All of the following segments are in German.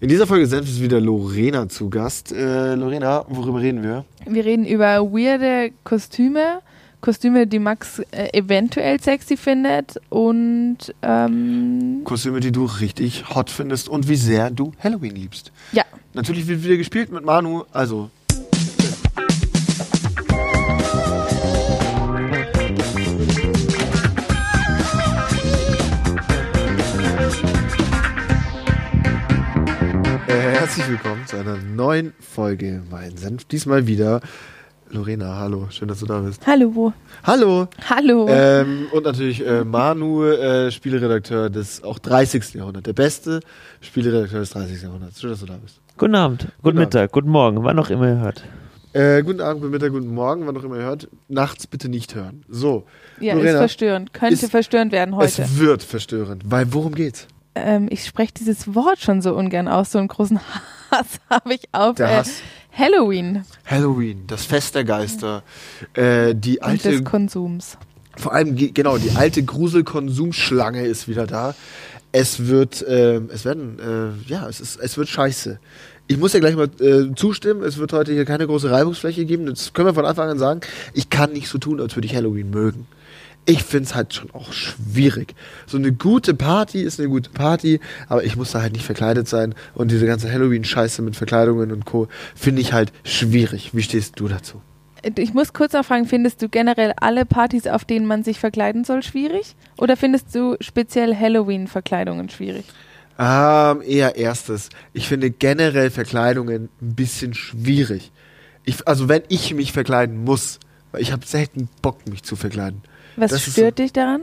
In dieser Folge selbst ist wieder Lorena zu Gast. Äh, Lorena, worüber reden wir? Wir reden über weirde Kostüme, Kostüme, die Max äh, eventuell sexy findet und ähm, Kostüme, die du richtig hot findest und wie sehr du Halloween liebst. ja, Natürlich wird wieder gespielt mit Manu, also. Äh, Herzlich willkommen zu einer neuen Folge Mein Senf. Diesmal wieder Lorena. Hallo, schön, dass du da bist. hallo, Hallo. hallo. Ähm, und natürlich äh, Manu, äh, Spieleredakteur des auch 30. Jahrhunderts. Der beste Spieleredakteur des 30. Jahrhunderts. Schön, dass du da bist. Guten Abend, guten, Guten Mittag, guten Morgen, wann auch immer ihr hört. Äh, guten Abend, guten Mittag, guten Morgen, wann auch immer ihr hört. Nachts bitte nicht hören. So, ja, ist Lorena, verstörend, könnte ist- verstörend werden heute. es wird verstörend. Weil worum geht's? Ähm, ich spreche dieses Wort schon so ungern aus, so einen großen Hass habe ich auf Der äh, Hass. Halloween Halloween, das Fest der Geister, äh, die und alte, des Konsums. vor allem ge- genau die alte Gruselkonsumschlange ist wieder da. Es wird, ähm, es werden, äh, ja, es ist, es wird Scheiße. Ich muss ja gleich mal äh, zustimmen. Es wird heute hier keine große Reibungsfläche geben. Das können wir von Anfang an sagen. Ich kann nicht so tun, als würde ich Halloween mögen. ich finde es halt schon auch schwierig. So eine gute Party ist eine gute Party, aber ich muss da halt nicht verkleidet sein. Und diese ganze Halloween-Scheiße mit Verkleidungen und Co. finde ich halt schwierig. Wie stehst du dazu? Äh, Ich muss kurz noch fragen, findest du generell alle Partys, auf denen man sich verkleiden soll, schwierig? Oder findest du speziell Halloween-Verkleidungen schwierig? Ähm, eher erstes. Ich finde generell Verkleidungen ein bisschen schwierig. Ich, also wenn ich mich verkleiden muss, weil ich habe selten Bock, mich zu verkleiden. Was Das ist stört dich daran?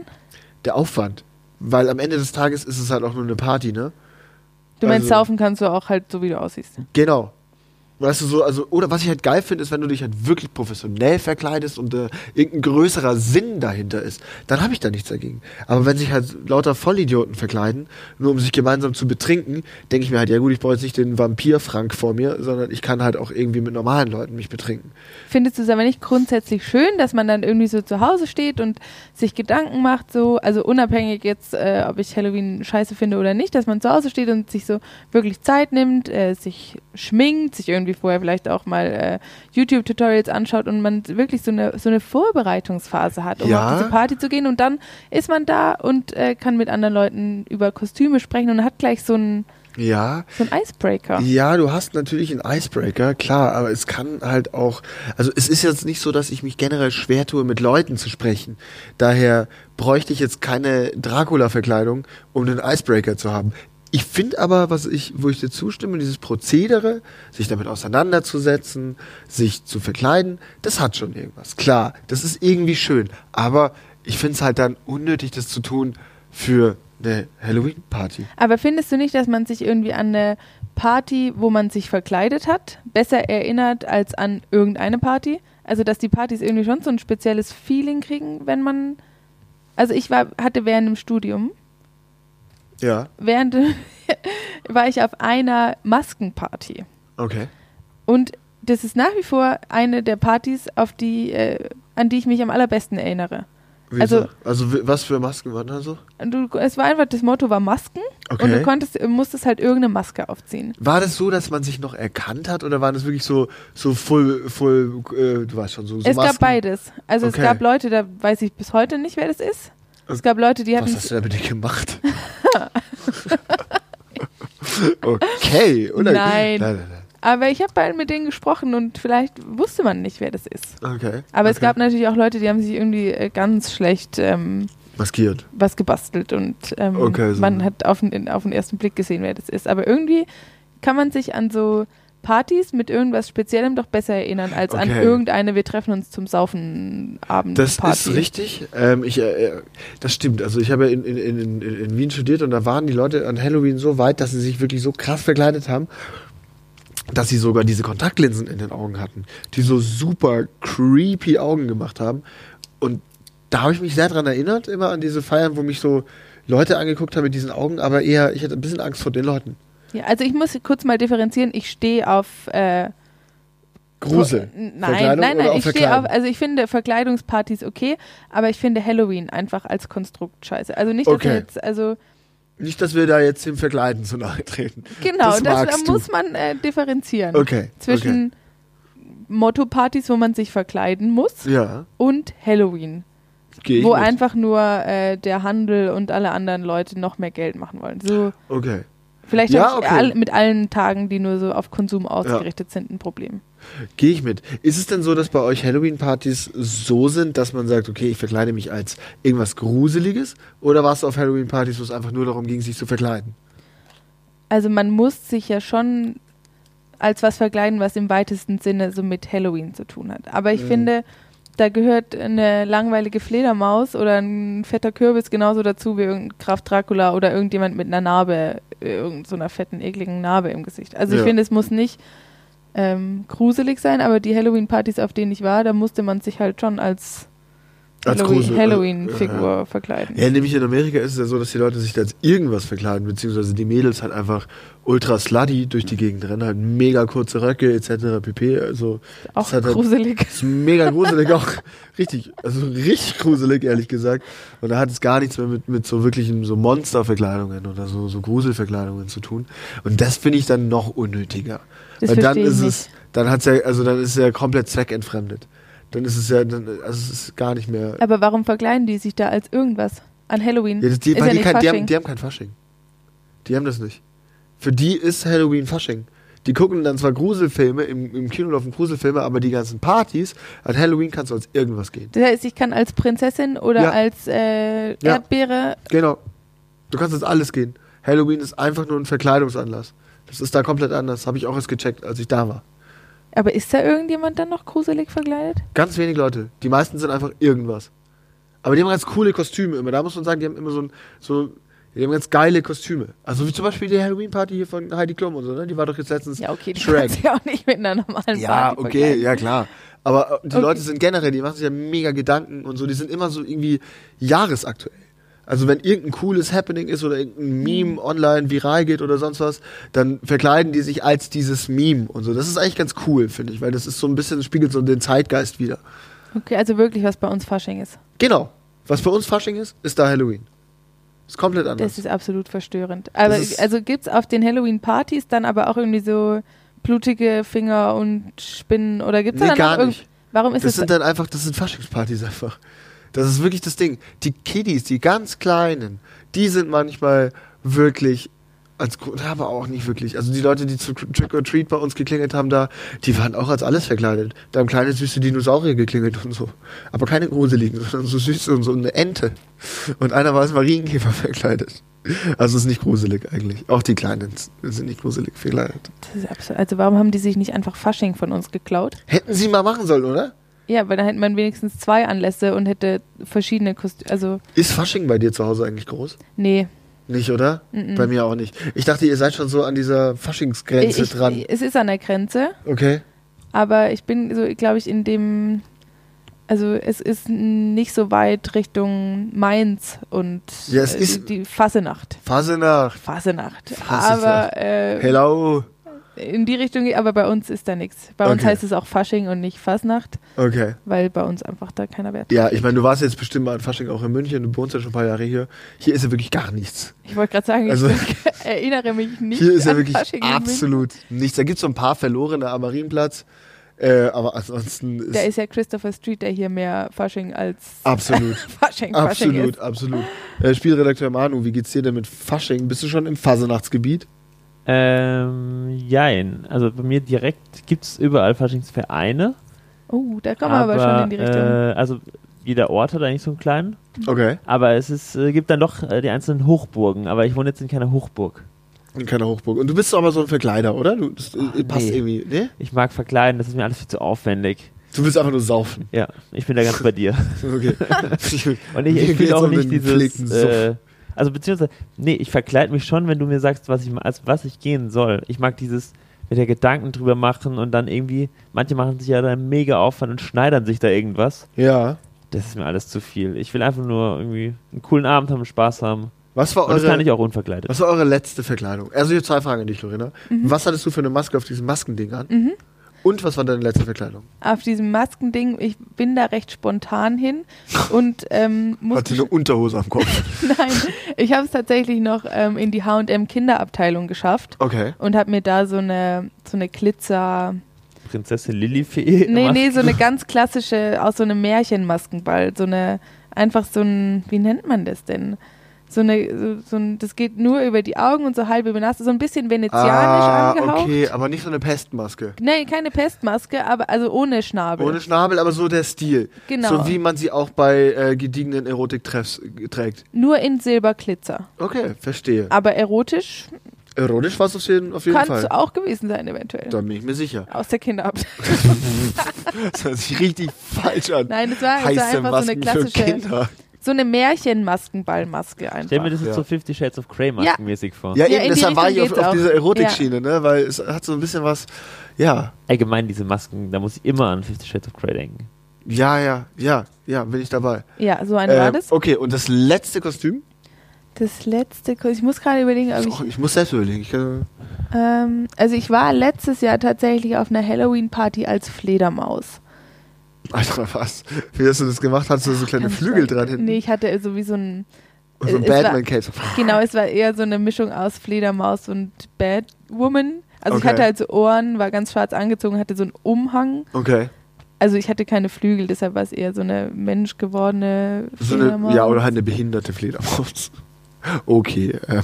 Der Aufwand. Weil am Ende des Tages ist es halt auch nur eine Party, ne? Du meinst, Also- saufen kannst du auch halt so, wie du aussiehst. Genau. Weißt du so, also, oder was ich halt geil finde, ist, wenn du dich halt wirklich professionell verkleidest und äh, irgendein größerer Sinn dahinter ist, dann habe ich da nichts dagegen. Aber wenn sich halt lauter Vollidioten verkleiden, nur um sich gemeinsam zu betrinken, denke ich mir halt, ja gut, ich brauche jetzt nicht den Vampir-Frank vor mir, sondern ich kann halt auch irgendwie mit normalen Leuten mich betrinken. Findest du es aber nicht grundsätzlich schön, dass man dann irgendwie so zu Hause steht und sich Gedanken macht, so, also unabhängig jetzt, äh, ob ich Halloween scheiße finde oder nicht, dass man zu Hause steht und sich so wirklich Zeit nimmt, äh, sich schminkt, sich irgendwie vorher vielleicht auch mal äh, YouTube-Tutorials anschaut und man wirklich so eine, so eine Vorbereitungsphase hat, um Ja. auf diese Party zu gehen und dann ist man da und äh, kann mit anderen Leuten über Kostüme sprechen und hat gleich so einen, Ja, so einen Icebreaker. Ja, du hast natürlich einen Icebreaker, klar, aber es kann halt auch, also es ist jetzt nicht so, dass ich mich generell schwer tue, mit Leuten zu sprechen. Daher bräuchte ich jetzt keine Dracula-Verkleidung, um einen Icebreaker zu haben. Ich finde aber, was ich, wo ich dir zustimme, dieses Prozedere, sich damit auseinanderzusetzen, sich zu verkleiden, das hat schon irgendwas. Klar, das ist irgendwie schön, aber ich finde es halt dann unnötig, das zu tun für eine Halloween-Party. Aber findest du nicht, dass man sich irgendwie an eine Party, wo man sich verkleidet hat, besser erinnert als an irgendeine Party? Also, dass die Partys irgendwie schon so ein spezielles Feeling kriegen, wenn man. Also, ich war, hatte während dem Studium, Ja, während war ich auf einer Maskenparty. okay. Und das ist nach wie vor eine der Partys, auf die, äh, an die ich mich am allerbesten erinnere. Wieso? Also- also w- was für Masken waren da so? Und Du, es war einfach, das Motto war Masken und du konntest, musstest halt irgendeine Maske aufziehen. War das so, dass man sich noch erkannt hat oder waren das wirklich so so full full äh, du weißt schon so, so es Masken? gab beides. Also Okay. es gab Leute, da weiß ich bis heute nicht, wer das ist. Okay. Es gab Leute, die Was hatten. hast du damit gemacht? okay, oder? Nein. nein, nein, Aber ich habe bald mit denen gesprochen und vielleicht wusste man nicht, wer das ist. nein. Okay. Aber okay. es gab natürlich auch Leute, die haben sich irgendwie äh, ganz schlecht ähm, maskiert. was gebastelt und ähm, Okay, so- man hat auf den, auf den ersten Blick gesehen, wer das ist. Aber irgendwie kann man sich an so Partys mit irgendwas Speziellem doch besser erinnern als an Okay. irgendeine Wir treffen uns zum Saufen Abend Das Party. ist richtig. Ähm, ich, äh, äh, das stimmt. Also ich habe ja in, in, in, in, in Wien studiert und da waren die Leute an Halloween so weit, dass sie sich wirklich so krass verkleidet haben, dass sie sogar diese Kontaktlinsen in den Augen hatten, die so super creepy Augen gemacht haben. Und da habe ich mich sehr dran erinnert, immer an diese Feiern, wo mich so Leute angeguckt haben mit diesen Augen, aber eher, ich hatte ein bisschen Angst vor den Leuten. Ja, also ich muss kurz mal differenzieren. Ich stehe auf äh, Grusel. Nein, nein, Verkleidung nein, oder auf ich stehe Verkleiden? auf, also ich finde Verkleidungspartys okay, aber ich finde Halloween einfach als Konstrukt scheiße. Also nicht, dass Okay. ich jetzt, also Nicht, dass wir da jetzt dem Verkleiden zu nahe treten. Genau, Das das da magst du. muss man äh, differenzieren Okay. zwischen Motto-Partys, wo man sich verkleiden muss, Okay. Ja. und Halloween, Geh ich wo mit. einfach nur äh, der Handel und alle anderen Leute noch mehr Geld machen wollen. So, Okay. vielleicht Ja, habe ich okay. all, mit allen Tagen, die nur so auf Konsum ausgerichtet sind, ein Problem. Gehe ich mit. Ist es denn so, dass bei euch Halloween-Partys so sind, dass man sagt, okay, ich verkleide mich als irgendwas Gruseliges? Oder warst du auf Halloween-Partys, wo es einfach nur darum ging, sich zu verkleiden? Also man muss sich ja schon als was verkleiden, was im weitesten Sinne so mit Halloween zu tun hat. Aber ich Mhm. finde, da gehört eine langweilige Fledermaus oder ein fetter Kürbis genauso dazu wie irgendein Graf Dracula oder irgendjemand mit einer Narbe, äh, irgend so einer fetten, ekligen Narbe im Gesicht. Also ich Ja. finde, es muss nicht ähm, gruselig sein, aber die Halloween-Partys, auf denen ich war, da musste man sich halt schon als, Als Halloween- Grusel- äh, Halloween-Figur Ja, verkleiden. Ja, nämlich in Amerika ist es ja so, dass die Leute sich da als irgendwas verkleiden, beziehungsweise die Mädels halt einfach ultra slutty durch die Gegend rennen, halt mega kurze Röcke etc. pp. Also Auch das hat halt- gruselig. ist mega gruselig auch. Richtig, also richtig gruselig, ehrlich gesagt. Und da hat es gar nichts mehr mit, mit so wirklichen so Monsterverkleidungen oder so, so Gruselverkleidungen zu tun. Und das finde ich dann noch unnötiger. Das Weil dann verstehe ich ist nicht. es, dann hat's ja, also dann ist es ja komplett zweckentfremdet. Dann ist es ja, dann, also es ist gar nicht mehr. Aber warum verkleiden die sich da als irgendwas an Halloween? Ja, das, die, ist weil ja die, nicht kein, die, haben, Fasching. die haben kein Fasching. Die haben das nicht. Für die ist Halloween Fasching. Die gucken dann zwar Gruselfilme, im, im Kino laufen Gruselfilme, aber die ganzen Partys, an Halloween kannst du als irgendwas gehen. Das heißt, ich kann als Prinzessin oder Ja. als äh, Erdbeere. Genau. Du kannst jetzt alles gehen. Halloween ist einfach nur ein Verkleidungsanlass. Das ist da komplett anders. Habe ich auch erst gecheckt, als ich da war. Aber ist da irgendjemand dann noch gruselig verkleidet? Ganz wenig Leute. Die meisten sind einfach irgendwas. Aber die haben ganz coole Kostüme immer. Da muss man sagen, die haben immer so ein, so, die haben ganz geile Kostüme. Also wie zum Beispiel die Halloween-Party hier von Heidi Klum und so, ne? Die war doch jetzt letztens Ja, okay, die Shrek. kannst du ja auch nicht mit einer normalen Ja, Party okay, vergleichen. ja klar. Aber äh, die Okay. Leute sind generell, die machen sich ja mega Gedanken und so, die sind immer so irgendwie jahresaktuell. Also wenn irgendein cooles Happening ist oder Mhm. irgendein Meme online viral geht oder sonst was, dann verkleiden die sich als dieses Meme und so. Das ist eigentlich ganz cool, finde ich, weil das ist so ein bisschen, spiegelt so den Zeitgeist wieder. Okay, also wirklich, was bei uns Fasching ist. Genau. Was für uns Fasching ist, ist da Halloween. Ist komplett anders. Das ist absolut verstörend. Aber ist- also gibt's auf den Halloween-Partys dann aber auch irgendwie so blutige Finger und Spinnen oder gibt's da nee, dann auch gar irgend- nicht. Warum ist Das das? sind dann einfach, das sind Faschingspartys einfach. Das ist wirklich das Ding. Die Kiddies, die ganz Kleinen, die sind manchmal wirklich als Gru- aber auch nicht wirklich. Also die Leute, die zu Trick or Treat bei uns geklingelt haben da, die waren auch als alles verkleidet. Da haben kleine süße Dinosaurier geklingelt und so. Aber keine gruseligen, sondern so süße und so eine Ente. Und einer war als Marienkäfer verkleidet. Also ist nicht gruselig eigentlich. Auch die Kleinen sind nicht gruselig verkleidet. das ist absolut, also warum haben die sich nicht einfach Fasching von uns geklaut? Hätten sie mal machen sollen, oder? Ja, weil dann hätte man wenigstens zwei Anlässe und hätte verschiedene Kostüme. Also, Ist Fasching bei dir zu Hause eigentlich groß? nee. Nicht, oder? Mhm. Bei mir auch nicht. Ich dachte, ihr seid schon so an dieser Faschingsgrenze ich, dran. Es ist an der Grenze, Okay. aber ich bin so, glaube ich, in dem. Also es ist nicht so weit Richtung Mainz und Ja, es äh, ist- die, die Fasenacht. Fasenacht. Fasenacht. Fasenacht. Aber äh, Hello. in die Richtung, aber bei uns ist da nichts. Bei uns Okay. heißt es auch Fasching und nicht Fasnacht, Okay. weil bei uns einfach da keiner wert. Ja, ich meine, du warst jetzt bestimmt mal an Fasching auch in München. Du wohnst ja schon ein paar Jahre hier. Hier ist ja wirklich gar nichts. Ich wollte gerade sagen, Also- ich erinnere mich nicht hier ist ja an wirklich Fasching in München. absolut nichts. Da gibt es so ein paar verlorene am Marienplatz. Äh, aber ansonsten ist, Da ist ja Christopher Street, der hier mehr Fasching als absolut. Fasching, Fasching Absolut, ist. absolut. Äh, Spielredakteur Manu, wie geht's dir denn mit Fasching? Bist du schon im Fasenachtsgebiet? Ähm, jein. Also bei mir direkt gibt es überall Faschingsvereine. Oh, da kommen wir aber schon in die Richtung. Äh, also jeder Ort hat eigentlich so einen kleinen. Mhm. Okay. Aber es ist, äh, gibt dann doch äh, die einzelnen Hochburgen. Aber ich wohne jetzt in keiner Hochburg. In keiner Hochburg. Und du bist aber so ein Verkleider, oder? Du das, äh, Ah, passt nee. irgendwie, ne? Ich mag verkleiden, das ist mir alles viel zu aufwendig. Du willst einfach nur saufen. Ja, ich bin da ganz bei dir. Okay. Und ich, Mir ich geht's will auch um den nicht gepflegten dieses. Suff. Äh, also beziehungsweise, nee, ich verkleide mich schon, wenn du mir sagst, was ich ma- als was ich gehen soll. Ich mag dieses mit der Gedanken drüber machen und dann irgendwie, manche machen sich ja dann mega Aufwand und schneidern sich da irgendwas. ja. Das ist mir alles zu viel. Ich will einfach nur irgendwie einen coolen Abend haben, Spaß haben. Was war, Und das kann eure, ich auch unverkleidet. was Mhm. war eure letzte Verkleidung? Also ich habe zwei Fragen an dich, Lorena. Was hattest du für eine Maske auf diesem Maskending an? Und was war deine letzte Verkleidung? auf diesem Maskending, ich bin da recht spontan hin und ähm, Hatte musste eine Unterhose am Kopf. Nein, ich habe es tatsächlich noch ähm, in die H&M Kinderabteilung geschafft Okay. und habe mir da so eine so eine Glitzer Prinzessin Lilifee. Nee, nee, so eine ganz klassische aus so einem Märchenmaskenball, so eine einfach so ein wie nennt man das denn? So eine so, so ein das geht nur über die Augen und so halb über die Nase, so ein bisschen venezianisch ah, angehaucht. okay, aber nicht so eine Pestmaske. Nein, keine Pestmaske, aber also ohne Schnabel. Ohne Schnabel, aber so der Stil. Genau. So wie man sie auch bei äh, gediegenen Erotiktreffs äh, trägt. nur in Silberglitzer. Okay, verstehe. Aber erotisch Erotisch war es auf jeden, auf jeden kann Fall. es auch gewesen sein, eventuell. Da bin ich mir sicher. Aus der Kinderabteilung. Das hört sich richtig falsch an. Nein, es war, es war Heiße einfach so eine Masken für klassische, Kinder. so eine Märchenmaskenballmaske einfach. Stell mir das jetzt Ja. so Fifty Shades of Grey maskenmäßig vor. Ja, Ja, eben, in die deshalb war ich Richtung auf, geht's auf auch. dieser Erotikschiene, ne? Weil es hat so ein bisschen was. Ja, Allgemein diese Masken, da muss ich immer an Fifty Shades of Grey denken. ja, ja, ja, ja, bin ich dabei. ja, so eine war Ähm, das. okay, und das letzte Kostüm? Das letzte, Ko- ich muss gerade überlegen, ob Ist ich, auch- ich muss selbst überlegen. Ich kann, ähm, also ich war letztes Jahr tatsächlich auf einer Halloween-Party als Fledermaus. Alter, was? Wie hast du das gemacht? Hattest du so kleine Kannst du Flügel sagen? dran hinten? Nee, ich hatte so wie so ein, und so ein es war- Batman-Case. genau, es war eher so eine Mischung aus Fledermaus und Batwoman. Also ich Okay. hatte halt so Ohren, war ganz schwarz angezogen, hatte so einen Umhang. Okay. Also ich hatte keine Flügel, deshalb war es eher so eine menschgewordene So Fledermaus. eine, ja, oder halt eine behinderte Fledermaus. Okay. Ähm,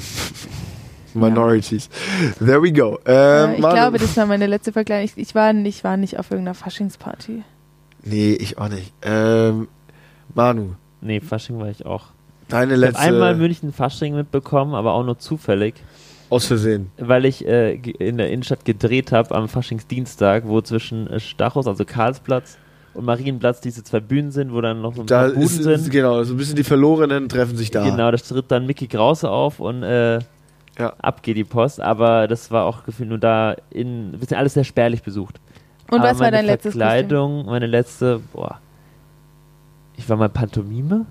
Minorities. There we go. Ähm, Äh, ich Manu. glaube, das war meine letzte Verkleidung. Ich, ich, war, nicht- ich war nicht auf irgendeiner Faschingsparty. Nee, ich auch nicht. Ähm, Manu, Nee, Fasching war ich auch. deine Ich habe letzte. einmal München Fasching mitbekommen, aber auch nur zufällig, aus Versehen. weil ich äh, ge- in der Innenstadt gedreht habe am Faschingsdienstag, wo zwischen äh, Stachus, also Karlsplatz, und Marienplatz diese zwei Bühnen sind, wo dann noch so ein Da paar Buden ist, sind. ist genau, so ein bisschen die Verlorenen treffen sich da. Genau, da tritt dann Mickey Krause auf und äh, Ja. ab geht die Post. Aber das war auch gefühlt nur da in, ein bisschen alles sehr spärlich besucht. Und Aber was war meine dein letztes Kostüm? Verkleidung, meine letzte, boah, ich war mal Pantomime.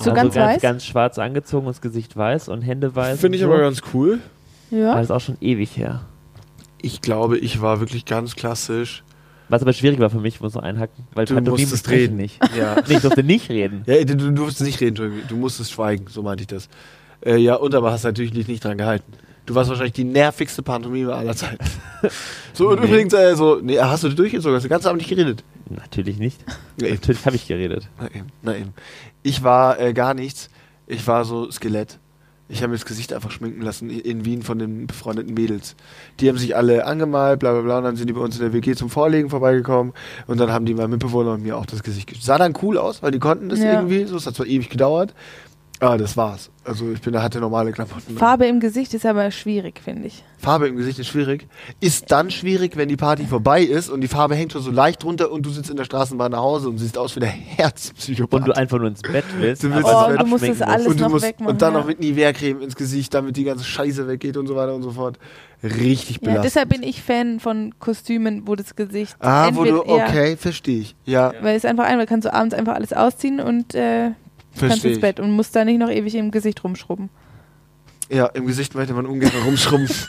So also ganz weiß? ganz, schwarz angezogen, und das Gesicht weiß und Hände weiß. Finde ich und aber so. ganz cool. Aber Ja. Das ist auch schon ewig her. Ich glaube, ich war wirklich ganz klassisch. Was aber schwierig war für mich, muss noch einhacken, weil Du Pantomime musstest sprechen reden. nicht. Ja. Nee, ich durfte nicht reden. ja du, du durftest nicht reden, Entschuldigung. du musstest schweigen, so meinte ich das. Äh, ja, und aber hast natürlich nicht, nicht dran gehalten. Du warst wahrscheinlich die nervigste Pantomime aller Zeiten. So, und Nee. übrigens, äh, so, nee, hast du durchgezogen, hast den ganzen Abend nicht geredet. Natürlich nicht. Ja, eben. Natürlich habe ich geredet. Na eben, na eben. Ich war äh, gar nichts. Ich war so Skelett. Ich habe mir das Gesicht einfach schminken lassen i- in Wien von den befreundeten Mädels. Die haben sich alle angemalt, bla bla bla, und dann sind die bei uns in der WG zum Vorlegen vorbeigekommen und dann haben die meinen Mitbewohner und mir auch das Gesicht geschminkt. Sah dann cool aus, weil die konnten das Ja. irgendwie, so, es hat zwar ewig gedauert, aber das war's. Also ich bin da hatte normale Klamotten. Farbe im Gesicht ist aber schwierig, finde ich. Farbe im Gesicht ist schwierig. Ist dann schwierig, wenn die Party vorbei ist und die Farbe hängt schon so leicht runter und du sitzt in der Straßenbahn nach Hause und siehst aus wie der Herzpsychopath. Und du einfach nur ins Bett willst. Du willst aber ins es Bett. Oh, du musst abschminken das alles- und, du noch musst, wegmachen, und dann noch ja. mit Nivea-Creme ins Gesicht, damit die ganze Scheiße weggeht und so weiter und so fort. Richtig Ja, belastend. deshalb bin ich Fan von Kostümen, wo das Gesicht ah, wo du, entweder- ja, okay, verstehe ich. Ja, Weil es einfach ein, weil kannst du abends einfach alles ausziehen und äh, kannst verstehe ins ich. Bett und musst da nicht noch ewig im Gesicht rumschrubben. Ja, im Gesicht möchte man ungern rumschrumpfen.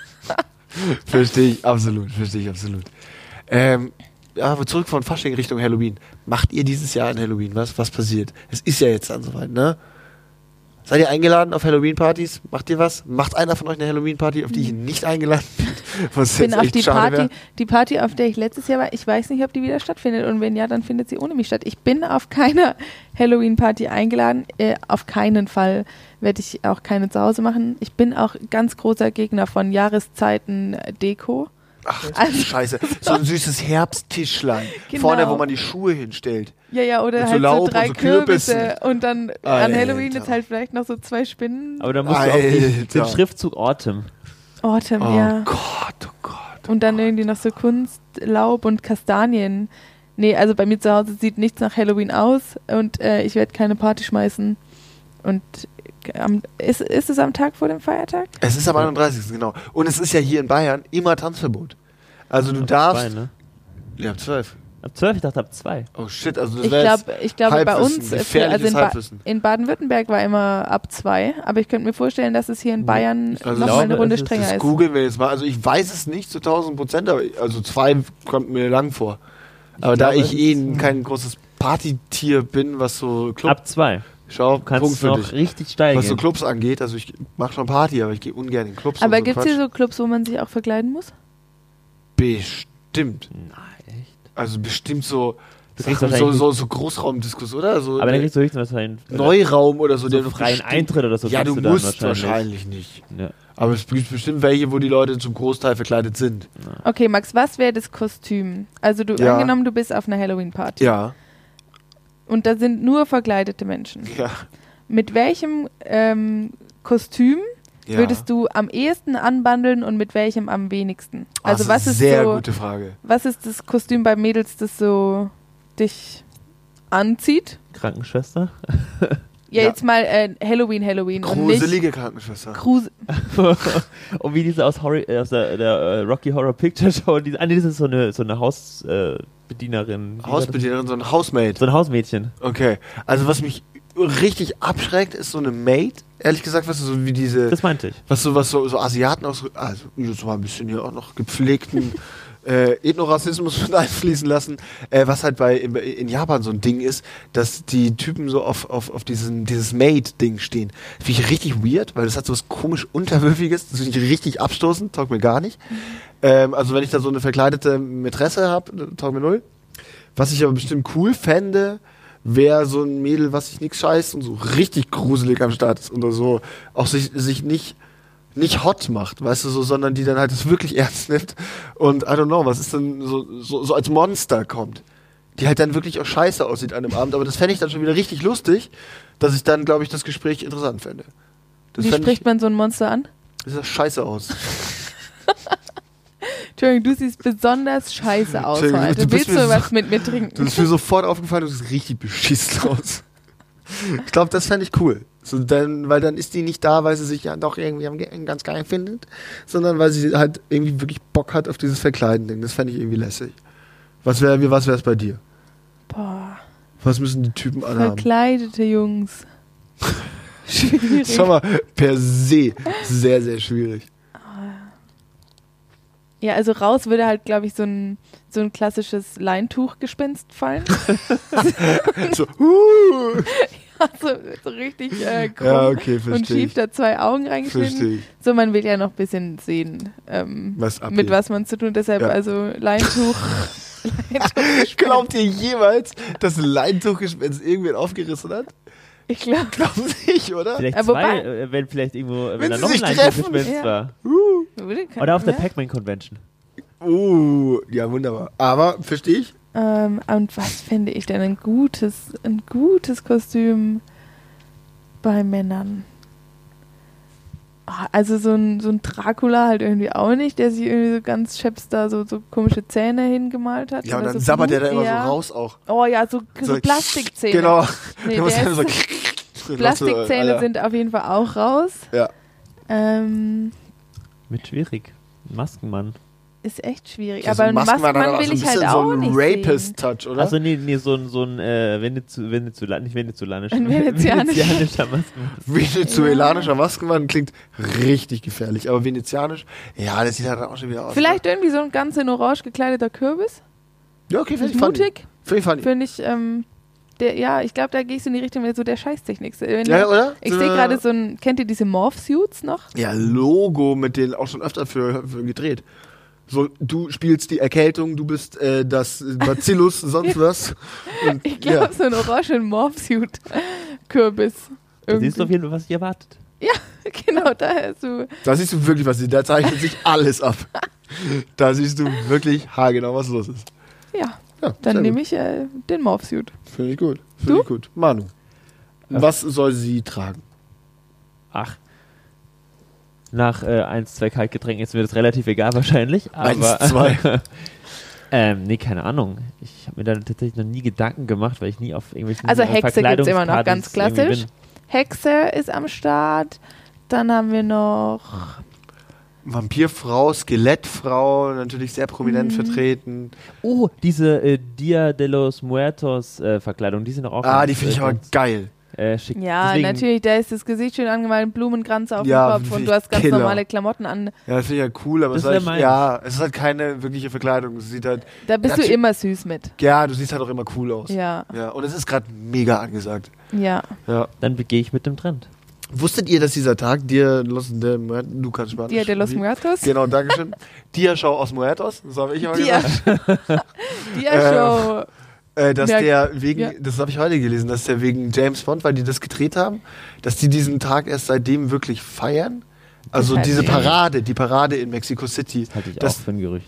verstehe ich, absolut, verstehe ich, absolut. Ähm, ja, aber zurück von Fasching Richtung Halloween. Macht ihr dieses Jahr an Halloween was? Was passiert? Es ist ja jetzt dann soweit, ne? Seid ihr eingeladen auf Halloween-Partys? Macht ihr was? Macht einer von euch eine Halloween-Party, auf die ich nicht eingeladen bin? Was Ich bin jetzt auf echt die schade wär? Party, die Party, auf der ich letztes Jahr war, ich weiß nicht, ob die wieder stattfindet und wenn ja, dann findet sie ohne mich statt. Ich bin auf keiner Halloween-Party eingeladen, äh, auf keinen Fall werde ich auch keine zu Hause machen. Ich bin auch ganz großer Gegner von Jahreszeiten-Deko. Ach, das Also- ist scheiße. So ein süßes Herbsttischlein. Genau. Vorne, wo man die Schuhe hinstellt. Ja, ja, oder Mit so halt so, Laub und drei so Ah, Kürbissen. Kürbisse und dann an Alter. Halloween jetzt halt vielleicht noch so zwei Spinnen. Aber da musst du auch die, den Alter. Schriftzug Autumn. Autumn, Oh Ähm, ja. Gott, oh Gott. Und dann irgendwie noch so Kunst, Laub und Kastanien. Nee, also bei mir zu Hause sieht nichts nach Halloween aus und äh, ich werde keine Party schmeißen. Und äh, am, ist, ist es am Tag vor dem Feiertag? Es ist am 31. genau. Und es ist ja hier in Bayern immer Tanzverbot. Also du darfst. Zwei, ne? Ja, ab 12. Ab zwölf? Ich dachte ab zwei. Oh shit, also Ich wär jetzt glaube, ich glaube bei Halbwissen, uns, äh, für, gefährliches also in, ba Halbwissen. in Baden-Würtümberg war immer ab zwei, aber ich könnte mir vorstellen, dass es hier in Bayern Ich also nochmal eine glaube, Runde es ist strenger Das ist. googeln wir jetzt mal. Also ich weiß es nicht zu 1000 Prozent, aber also zwei kommt mir lang vor. Aber da glaube, ich eh es- kein großes Partytier bin, was so Club, Ab zwei. schau, Du kannst Punkt für noch dich. richtig steil Was so gehen. Clubs angeht, also ich mache schon Party, aber ich gehe ungern in Clubs. Aber und gibt es Quatsch. hier so Clubs, wo man sich auch verkleiden muss? Bestimmt. Nein, echt? Also bestimmt so, Du kriegst Sachen, so, wahrscheinlich- so, so Großraumdiskus, oder? So Aber dann ne- kriegst du höchstens wahrscheinlich Neuraum oder so. so der doch freien bestimmt- Eintritt oder so. Ja, du kriegst dann musst wahrscheinlich nicht. Ja. Aber es gibt bestimmt welche, wo die Leute zum Großteil verkleidet sind. Okay, Max, was wäre das Kostüm? Also du Ja. angenommen, du bist auf einer Halloween-Party Ja. und da sind nur verkleidete Menschen. Ja. Mit welchem ähm, Kostüm ja. würdest du am ehesten anbandeln und mit welchem am wenigsten? Ah, Also das was ist sehr so, gute Frage. was ist das Kostüm bei Mädels, das so dich anzieht? Krankenschwester? Ja, Ja. jetzt mal äh, Halloween, Halloween und nicht Gruselige Krankenschwester. Kruse Und wie diese aus, Horror, äh, aus der, der äh, Rocky Horror Picture Show. Diese, ah, nee, das ist so eine, so eine Hausbedienerin. Äh, Bedienerin. Wie war das? Hausbedienerin, so ein Hausmaid. So ein Hausmädchen. Okay. Also was mich richtig abschreckt, ist so eine Maid. Ehrlich gesagt, was so wie diese, Das meinte ich. was so was so, so Asiaten aus, also jetzt mal ein bisschen hier auch noch gepflegten äh, Ethnorassismus mit einfließen lassen, äh, was halt bei in, in Japan so ein Ding ist, dass die Typen so auf, auf, auf diesen, dieses Maid-Ding stehen. Finde ich richtig weird, weil das hat so was komisch Unterwürfiges, das finde ich richtig abstoßend, taugt mir gar nicht. Ähm, also wenn ich da so eine verkleidete Mätresse habe, taugt mir null. Was ich aber bestimmt cool fände, wäre so ein Mädel, was sich nix scheißt und so richtig gruselig am Start ist oder so. Auch sich, sich nicht, nicht hot macht, weißt du, so, sondern die dann halt es wirklich ernst nimmt und I don't know, was ist denn so, so, so als Monster kommt. Die halt dann wirklich auch scheiße aussieht an dem Abend, aber das fände ich dann schon wieder richtig lustig, dass ich dann, glaube ich, das Gespräch interessant fände. Das Wie fänd spricht man so ein Monster an? ich, das sah scheiße aus. Entschuldigung, du siehst besonders scheiße aus Entschuldigung, du heute. bist Willst du mir was mit mir Du trinken? bist mir sofort aufgefallen, du siehst richtig beschisst aus. Ich glaube, das fände ich cool. So, dann, weil dann ist die nicht da, weil sie sich ja doch irgendwie am Ge- ganz geil findet, sondern weil sie halt irgendwie wirklich Bock hat auf dieses Verkleiden-Ding. Das fände ich irgendwie lässig. Was wäre was wär's bei dir? Boah, Was müssen die Typen anhaben? verkleidete Jungs. Schwierig. Schau mal, per se sehr, sehr schwierig. Ja, also raus würde halt, glaube ich, so ein, so ein klassisches Leintuchgespenst fallen. So, huh. Also so richtig äh, krumm Ja, okay, und verstehe schief ich. da zwei Augen reingeschnitten. Verstehe ich. So, man will ja noch ein bisschen sehen, ähm, Was abgeht. mit was man zu tun. Deshalb Ja. also Leintuch. Leintuch Glaubt ihr jemals, dass ein Leintuchgespenst irgendwen aufgerissen hat? Ich glaube, Glauben Sie nicht, oder? Vielleicht Ja, zwei, wobei- äh, wenn vielleicht irgendwo, wenn, Wenn da sie noch ein sich Leintuchgespenst treffen. war. Oder auf der Pac-Man Convention. Uh, ja, wunderbar. Aber, verstehe ich? Ähm, und was finde ich denn ein gutes, ein gutes Kostüm bei Männern? Ah, Also so ein, so ein Dracula halt irgendwie auch nicht, der sich irgendwie so ganz scheps da so, so komische Zähne hingemalt hat. Ja, und oder dann so sabbert der da Blut, immer ja. so raus auch. Oh ja, so, so, So, Plastikzähne. Genau. Nee, Der muss der dann so- ist- Plastikzähne Alter. sind auf jeden Fall auch raus. Ja. Ähm, Mit schwierig. Maskenmann. ist echt schwierig. Ja, so Aber ein Maskenmann hat Maskenmann auch will so ein ich halt bisschen auch so einen nicht sehen. Rapist-Touch, oder? Also nee, nee, so ein, so ein äh, Venezu Venezula nicht venezolanischer. Ein venezianischer. venezianischer Maskenmann. Venezuelanischer Maskenmann klingt richtig gefährlich, aber venezianisch, ja, das sieht halt auch schon wieder aus. Vielleicht irgendwie so ein ganz in orange gekleideter Kürbis. ne? Ja, okay, Finde finde ich ich funny. mutig. Finde ich funny. Finde ich, ähm, der, ja, ich glaube, da gehst du in die Richtung mit so der Scheißtechnik. So, wenn Ja, du- oder? Äh, ich sehe gerade so ein, kennt ihr diese Morph-Suits noch? Ja, Logo mit denen auch schon öfter für, für gedreht. So, du spielst die Erkältung, du bist äh, das Bacillus, sonst was. Und, Ich glaube, ja. so ein orangen Morph-Suit-Kürbis. Da siehst du auf Irgendwie. jeden Fall, was ich erwartet. Genau, daher so. Da siehst du wirklich, was sie, da zeichnet sich alles ab. Da siehst du wirklich haargenau, was los ist. Ja, Ja, dann nehme ich äh, den Morph-Suit. Finde ich gut. Du? Finde ich gut. Manu, Ja. was soll sie tragen? Ach. Nach äh, eins, zwei Kaltgetränken ist mir das relativ egal wahrscheinlich. Aber, Eins, zwei. ähm, nee, keine Ahnung. Ich habe mir da tatsächlich noch nie Gedanken gemacht, weil ich nie auf irgendwelchen Also äh, Hexe gibt's immer noch, ganz Verkleidungspartys irgendwie klassisch. Hexe ist am Start. Dann haben wir noch Vampirfrau, Skelettfrau, natürlich sehr prominent Mhm. vertreten. Oh, diese äh, Dia de los Muertos äh, Verkleidung, die sind doch auch. Ah, ganz, die finde ich äh, aber ganz, geil. äh, schick. Ja, Deswegen, natürlich, da ist das Gesicht schön angemalt, Blumenkranze auf Ja, dem Kopf und wirklich du hast ganz Killer. normale Klamotten an. Ja, das finde ich ja cool, aber Das es, ist wär halt, meins. ja, es ist halt keine wirkliche Verkleidung. Es sieht halt, Da bist Natürlich- du immer süß mit. ja, du siehst halt auch immer cool aus. Ja, Ja, und es ist gerade mega angesagt. ja. Ja. Dann gehe ich mit dem Trend. Wusstet ihr, dass dieser Tag dir los de Muertos, du kannst Spanisch. Dia de los Wie- Muertos. Genau, Dankeschön. Dia Show aus Muertos, das habe ich immer Dia, gesagt. Dia-Show. Äh, dass Merk- der wegen, ja. das habe ich heute gelesen, dass der wegen James Bond, weil die das gedreht haben, dass die diesen Tag erst seitdem wirklich feiern. Also Das heißt diese nicht. Parade, die Parade in Mexico City. Halte ich Das- auch für ein Gerücht.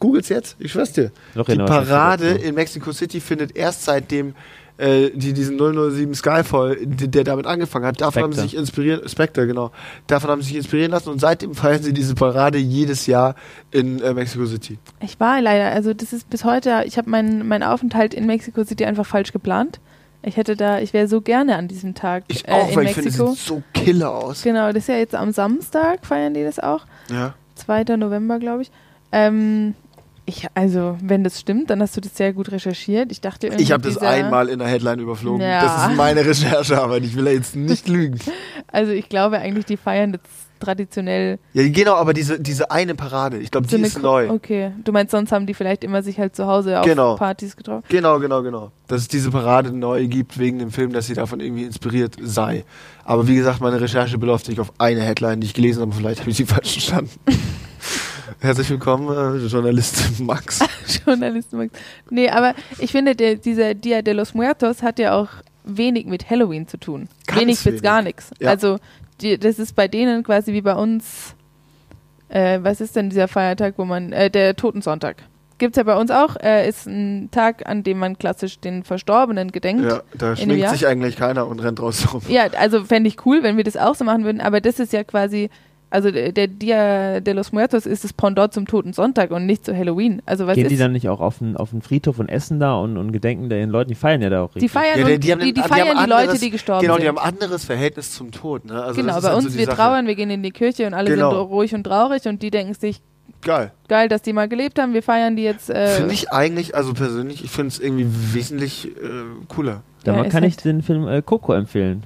Googles jetzt, ich schwör's dir. Noch Die genau, was ich Parade dazu- in Mexico City findet erst seitdem äh, die diesen 007 Skyfall, die, der damit angefangen hat, davon haben sie Spectre. sich inspirieren, Spectre, genau, davon haben sie sich inspirieren lassen und seitdem feiern sie diese Parade jedes Jahr in äh, Mexico City. Ich war leider, also das ist bis heute, ich habe meinen meinen Aufenthalt in Mexico City einfach falsch geplant. Ich hätte da, ich wäre so gerne an diesem Tag Ich äh, auch, in weil ich finde, das Mexiko. sieht so killer aus. genau, das ist ja jetzt am Samstag, feiern die das auch. Ja. 2. November, glaube ich. Ähm, ich. Also, wenn das stimmt, dann hast du das sehr gut recherchiert. Ich dachte irgendwie Ich habe das dieser- einmal in der Headline überflogen. Ja. Das ist meine Recherchearbeit. Ich will da jetzt nicht lügen. Also, ich glaube eigentlich, die feiern das traditionell. Ja, genau, aber diese, diese eine Parade, ich glaube, die ist Gru- neu. Okay, du meinst, sonst haben die vielleicht immer sich halt zu Hause auf Genau. Partys getroffen. Genau, genau, genau. Dass es diese Parade neu gibt wegen dem Film, dass sie davon irgendwie inspiriert sei. Aber wie gesagt, meine Recherche beläuft sich auf eine Headline, die ich gelesen habe. Vielleicht habe ich sie falsch verstanden. Herzlich willkommen, äh, Journalist Max. Journalisten Max. Nee, aber ich finde, der, dieser Dia de los Muertos hat ja auch wenig mit Halloween zu tun. Ganz wenig bis wenig. gar nichts. Ja. Also, die, das ist bei denen quasi wie bei uns. Äh, was ist denn dieser Feiertag, wo man. Äh, der Totensonntag. Gibt's ja bei uns auch. Äh, ist ein Tag, an dem man klassisch den Verstorbenen gedenkt. Ja, da dem schminkt Jahr? sich eigentlich keiner und rennt draußen rum. Ja, also fände ich cool, wenn wir das auch so machen würden, aber das ist ja quasi, also der der Dia de los Muertos ist das Pendant zum Toten Sonntag und nicht zu Halloween. Also was Gehen ist die dann nicht auch auf den, auf den Friedhof und essen da und, und gedenken den Leuten? Die feiern ja da auch Die richtig. feiern Ja, und die- die, die haben die, ein- die feiern haben die Leute, anderes- die gestorben Genau, sind. die haben ein anderes Verhältnis zum Tod. Ne? Also genau, das ist bei halt uns, so die wir Sache. trauern, wir gehen in die Kirche und alle Genau. sind ruhig und traurig und die denken sich, Geil. geil, dass die mal gelebt haben, wir feiern die jetzt. Äh, Finde ich eigentlich, also persönlich, ich finde es irgendwie wesentlich äh, cooler. Da Ja, man- ist kann ich halt- den Film äh, Coco empfehlen.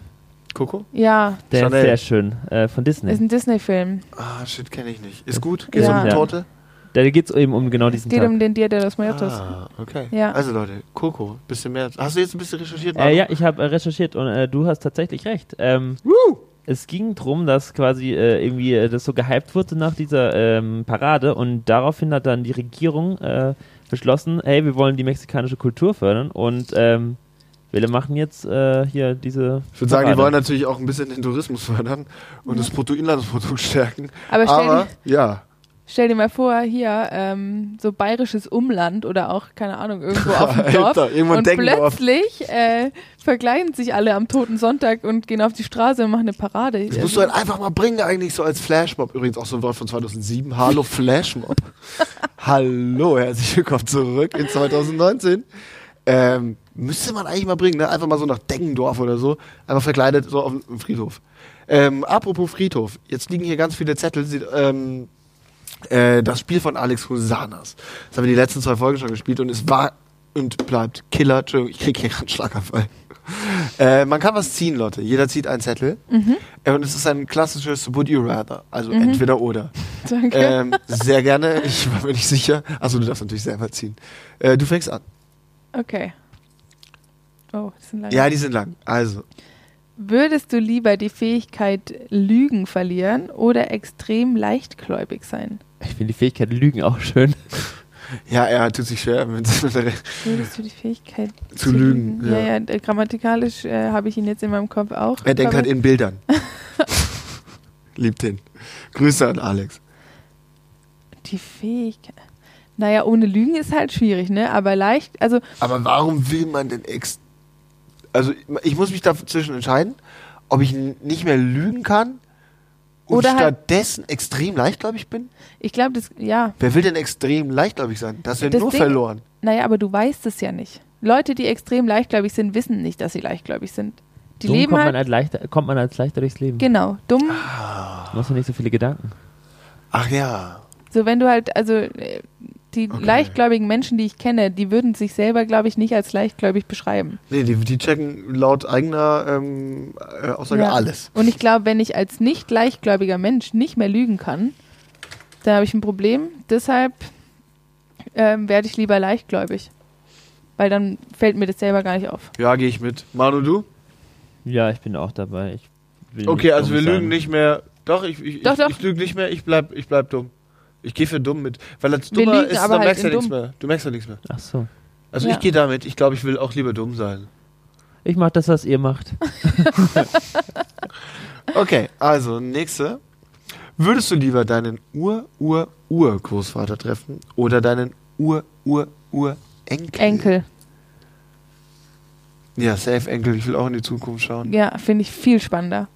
Coco? ja, Der Chanel. ist sehr schön, äh, von Disney. ist ein Disney-Film. Ah, shit, kenne ich nicht. Ist gut? Geht Ja. es um eine Ja. Torte? Da geht es eben um genau Es diesen geht Tag. um den Dia de los Muertos. Ah, okay. Ja. Also Leute, Coco, bisschen mehr. Hast du jetzt ein bisschen recherchiert? Äh, ja, ich habe äh, recherchiert und äh, du hast tatsächlich recht. Ähm, es ging drum, dass quasi äh, irgendwie äh, das so gehypt wurde nach dieser ähm, Parade und daraufhin hat dann die Regierung äh, beschlossen, hey, wir wollen die mexikanische Kultur fördern und ähm, wir machen jetzt äh, hier diese. Ich würde sagen, die Parade. wollen natürlich auch ein bisschen den Tourismus fördern und das Bruttoinlandsprodukt stärken. Aber stell, Aber Dir, ja, stell dir mal vor, hier ähm, so bayerisches Umland oder auch, keine Ahnung, irgendwo auf dem Dorf. Alter, irgendwo in Und Deggendorf. plötzlich äh, verkleiden sich alle am Toten Sonntag und gehen auf die Straße und machen eine Parade. Das musst du halt einfach mal bringen, eigentlich so als Flashmob. Übrigens auch so ein Wort von 2007. Hallo Flashmob. Hallo, herzlich willkommen zurück in 2019. Ähm, müsste man eigentlich mal bringen, ne? Einfach mal so nach Deggendorf oder so. Einfach verkleidet so auf dem Friedhof. Ähm, apropos Friedhof. Jetzt liegen hier ganz viele Zettel. Sieht, ähm, äh, das Spiel von Alex Hosanas. Das haben wir die letzten zwei Folgen schon gespielt und es war und bleibt Killer. Entschuldigung, ich krieg hier gerade einen Schlaganfall. Äh, man kann was ziehen, Leute. Jeder zieht einen Zettel. Äh, Und es ist ein klassisches Would you rather. Also Mhm. entweder oder. Danke. Ähm, sehr gerne. Ich war mir nicht sicher. Achso, du darfst natürlich selber ziehen. Äh, du fängst an. Okay. Oh, das sind lange. Ja, die sind lang. Also, Würdest du lieber die Fähigkeit Lügen verlieren oder extrem leichtgläubig sein? Ich finde die Fähigkeit Lügen auch schön. ja, er tut sich schwer, mit, mit der Würdest du die Fähigkeit zu lügen. Ja, Ja. ja, äh, grammatikalisch äh, habe ich ihn jetzt in meinem Kopf auch. Er denkt halt Aber in Bildern. Liebt den. Grüße an Alex. die Fähigkeit. Naja, ohne Lügen ist halt schwierig, ne? Aber leicht, also Aber warum will man denn ex. Also, ich muss mich dazwischen entscheiden, ob ich n- nicht mehr lügen kann und Oder halt- stattdessen extrem leichtgläubig bin? ich glaube, das, ja, Wer will denn extrem leichtgläubig sein? Das wäre Das nur Ding- verloren. naja, aber du weißt es ja nicht. Leute, die extrem leichtgläubig sind, wissen nicht, dass sie leichtgläubig sind. Die so leben kommt man, halt, halt leichter, kommt man als leichter durchs Leben. genau, dumm, Man muss ja nicht so viele Gedanken. Ach ja. So, wenn du halt, also äh, die Okay. leichtgläubigen Menschen, die ich kenne, die würden sich selber, glaube ich, nicht als leichtgläubig beschreiben. Nee, die, die checken laut eigener ähm, äh, Aussage Ja. alles. Und ich glaube, wenn ich als nicht leichtgläubiger Mensch nicht mehr lügen kann, dann habe ich ein Problem. Deshalb ähm, werde ich lieber leichtgläubig. Weil dann fällt mir das selber gar nicht auf. Ja, gehe ich mit. Manu, du? Ja, ich bin auch dabei. Ich will Okay, nicht also dumm wir sein. lügen nicht mehr. Doch, ich, ich, Doch, ich, doch. ich lüge nicht mehr, ich bleib, ich bleib dumm. Ich gehe für dumm mit. Weil als Wir dummer lügen, ist, dann aber halt merkst du ja in nichts dumm. mehr. Du merkst ja nichts mehr. Ach so. Also Ja. ich gehe damit. Ich glaube, ich will auch lieber dumm sein. Ich mach das, was ihr macht. Okay, also nächste. Würdest du lieber deinen Ur-Ur-Ur-Großvater treffen oder deinen Ur-Ur-Ur-Enkel? Enkel. Ja, safe Enkel. Ich will auch in die Zukunft schauen. Ja, finde ich viel spannender.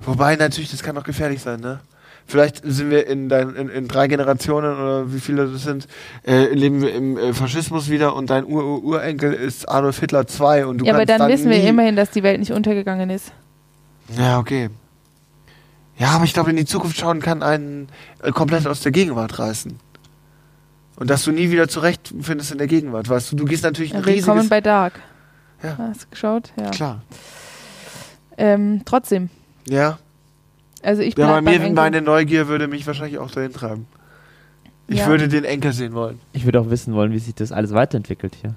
Wobei natürlich, das kann auch gefährlich sein, ne? Vielleicht sind wir in, dein, in, in drei Generationen oder wie viele das sind, äh, leben wir im äh, Faschismus wieder und dein Ur-Ur-Urenkel ist Adolf Hitler 2 und du ja, aber kannst dann, wissen wir nie- immerhin, dass die Welt nicht untergegangen ist. Ja, okay. Ja, aber ich glaube, in die Zukunft schauen kann einen äh, komplett aus der Gegenwart reißen. Und dass du nie wieder zurechtfindest in der Gegenwart, weißt du, du gehst natürlich ein Willkommen riesiges... bei Dark. Ja. Hast du geschaut? Ja. Klar. Ähm, trotzdem. Ja, Also ich ja bei bleib beim mir, Enkel. meine Neugier würde mich wahrscheinlich auch dahin treiben. Ich Ja. würde den Enker sehen wollen. Ich würde auch wissen wollen, wie sich das alles weiterentwickelt hier.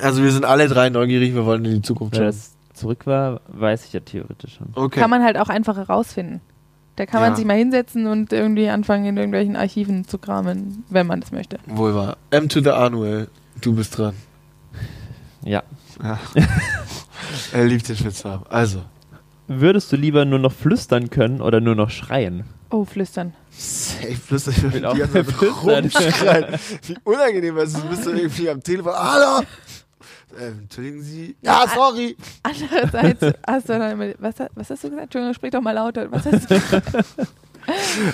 Also wir sind alle drei neugierig, wir wollen in die Zukunft Wenn schauen. das zurück war, weiß ich ja theoretisch schon. Okay. Kann man halt auch einfach herausfinden. Da kann Ja. man sich mal hinsetzen und irgendwie anfangen, in irgendwelchen Archiven zu kramen, wenn man das möchte. Wohl wahr. M to the Anuel, du bist dran. Ja. Ja. er liebt den Spitznamen. Also. Würdest du lieber nur noch flüstern können oder nur noch schreien? Oh, flüstern. Safe, flüstern. Ich will auch die ganze Zeit flüstern. rumschreien. Wie unangenehm ist es? Bist du irgendwie am Telefon? Hallo! Ähm, entschuldigen Sie. Ja, sorry. Andererseits hast du dann immer, was, ha- was hast du gesagt? Entschuldigung, sprich doch mal lauter. Was hast du?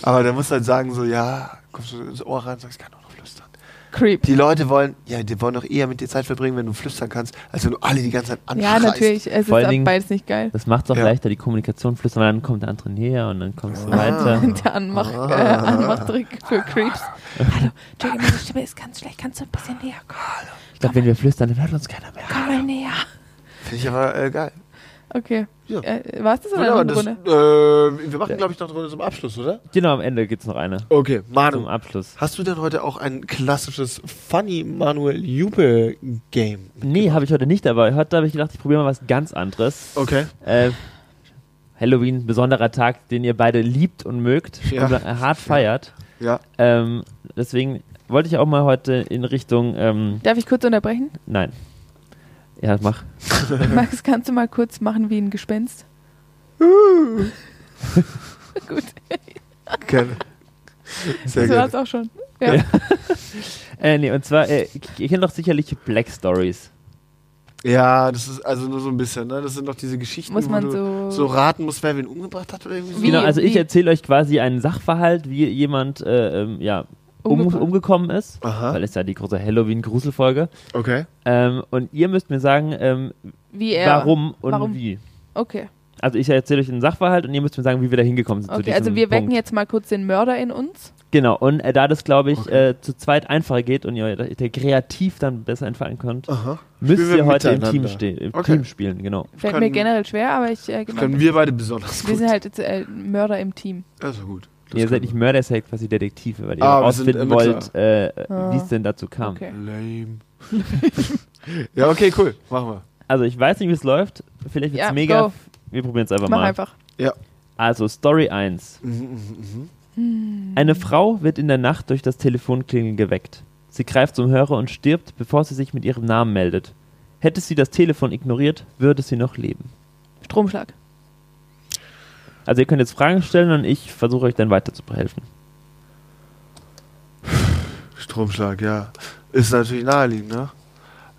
Aber da musst du halt sagen, so, ja, kommst du ins Ohr rein und sagst, ich kann auch noch flüstern. Creep. Die Leute wollen, ja, die wollen doch eher mit dir Zeit verbringen, wenn du flüstern kannst, als wenn du alle die ganze Zeit Ja, anschreist. natürlich. Es ist Vor allen auch Dingen- beides nicht geil. Das macht es auch Ja. leichter, die Kommunikation flüstern, weil dann kommt der andere näher und dann kommst du Ah. weiter. Der Anmach, Ah. äh, Anmachtrick für Creeps. Hallo, Entschuldigung, meine Stimme ist ganz schlecht. Kannst du ein bisschen näher kommen? Ich glaube, wenn wir flüstern, dann hört uns keiner mehr. Komm mal näher. Finde ich aber äh, geil. Okay. Ja. Äh, War es das oder noch Wunderbar, eine das, Runde? äh, wir machen, glaube ich, noch eine Runde zum Abschluss, oder? Genau, am Ende gibt es noch eine. Okay, Zum Manu. Abschluss. Hast du denn heute auch ein klassisches Funny Manuel Jupe Game? Nee, habe ich heute nicht dabei. Heute habe ich gedacht, ich probiere mal was ganz anderes. Okay. Äh, Halloween, besonderer Tag, den ihr beide liebt und mögt Ja. und hart feiert. Ja. Ähm, deswegen wollte ich auch mal heute in Richtung. Ähm, Darf ich kurz unterbrechen? nein. Ja, mach. Max, kannst du mal kurz machen wie ein Gespenst? Gut, Gerne. Sehr das gut. war's auch schon. Ja. Ja. Äh, nee, und zwar, äh, ihr kennt doch sicherlich Black Stories. Ja, das ist also nur so ein bisschen, ne? Das sind doch diese Geschichten, Muss man wo du so. so raten musst, wer wen umgebracht hat oder irgendwie so. Wie- genau, also ich wie- erzähle euch quasi einen Sachverhalt, wie jemand äh, ähm, ja, um, umgebracht. umgekommen ist. Aha. Weil es ja die große Halloween-Gruselfolge. Okay. Ähm, und ihr müsst mir sagen, ähm, wie er. warum und Warum? wie. Okay, Also ich erzähle euch den Sachverhalt und ihr müsst mir sagen, wie wir da hingekommen sind. zu okay. diesem also wir wecken Punkt. jetzt mal kurz den Mörder in uns. Genau, und äh, da das, glaube ich, Okay. äh, zu zweit einfacher geht und ihr, ihr kreativ dann besser entfallen könnt, Aha. müsst Spielen wir ihr heute im miteinander. Team, stehen, im Okay. Team spielen. Genau. Fällt Können- mir generell schwer, aber ich. Äh, Das genau. können wir beide besonders gut. wir sind halt jetzt, äh, Mörder im Team. also gut. Das ihr seid können nicht Mörder, ihr seid quasi Detektive, weil ihr Ah, wir herausfinden sind Ermittler. wollt, äh, wie es Ah. denn dazu kam. wir. Okay. Lame. ja, okay, cool. Machen wir. Also ich weiß nicht, wie es läuft. Vielleicht wird es Ja, mega. go. Wir probieren es einfach Mach mal. einfach. Also Story 1. Mhm, mhm, mhm. Hm. Eine Frau wird in der Nacht durch das Telefonklingeln geweckt. Sie greift zum Hörer und stirbt, bevor sie sich mit ihrem Namen meldet. Hätte sie das Telefon ignoriert, würde sie noch leben. Stromschlag. Also ihr könnt jetzt Fragen stellen und ich versuche euch dann weiter zu behelfen. Stromschlag, ja. Ist natürlich naheliegend, ne?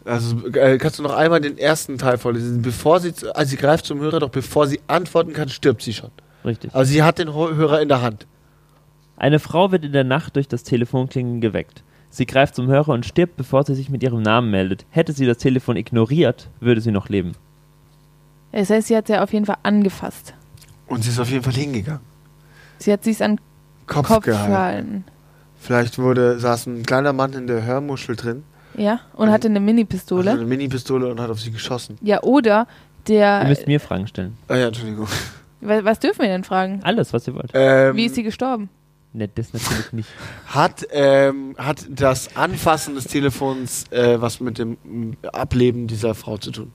Also äh, kannst du noch einmal den ersten Teil vorlesen? Bevor sie, zu- also sie greift zum Hörer, doch bevor sie antworten kann, stirbt sie schon. Richtig. Also sie hat den Ho- Hörer in der Hand. Eine Frau wird in der Nacht durch das Telefonklingeln geweckt. Sie greift zum Hörer und stirbt, bevor sie sich mit ihrem Namen meldet. Hätte sie das Telefon ignoriert, würde sie noch leben. Das heißt, sie hat ja auf jeden Fall angefasst. Und sie ist auf jeden Fall hingegangen. Sie hat sich's an Kopf, gehalten. Kopfschalen. Vielleicht wurde, saß ein kleiner Mann in der Hörmuschel drin, Ja, und Also- hatte eine hatte Mini-Pistole. eine Mini-Pistole und hat auf sie geschossen. Ja, oder Ihr der. müsst mir Fragen stellen. Ah ja, Entschuldigung. Was, was dürfen wir denn fragen? Alles, was ihr wollt. Ähm, Wie ist sie gestorben? Ne, das natürlich nicht. hat, ähm, hat das Anfassen des Telefons äh, was mit dem m, Ableben dieser Frau zu tun?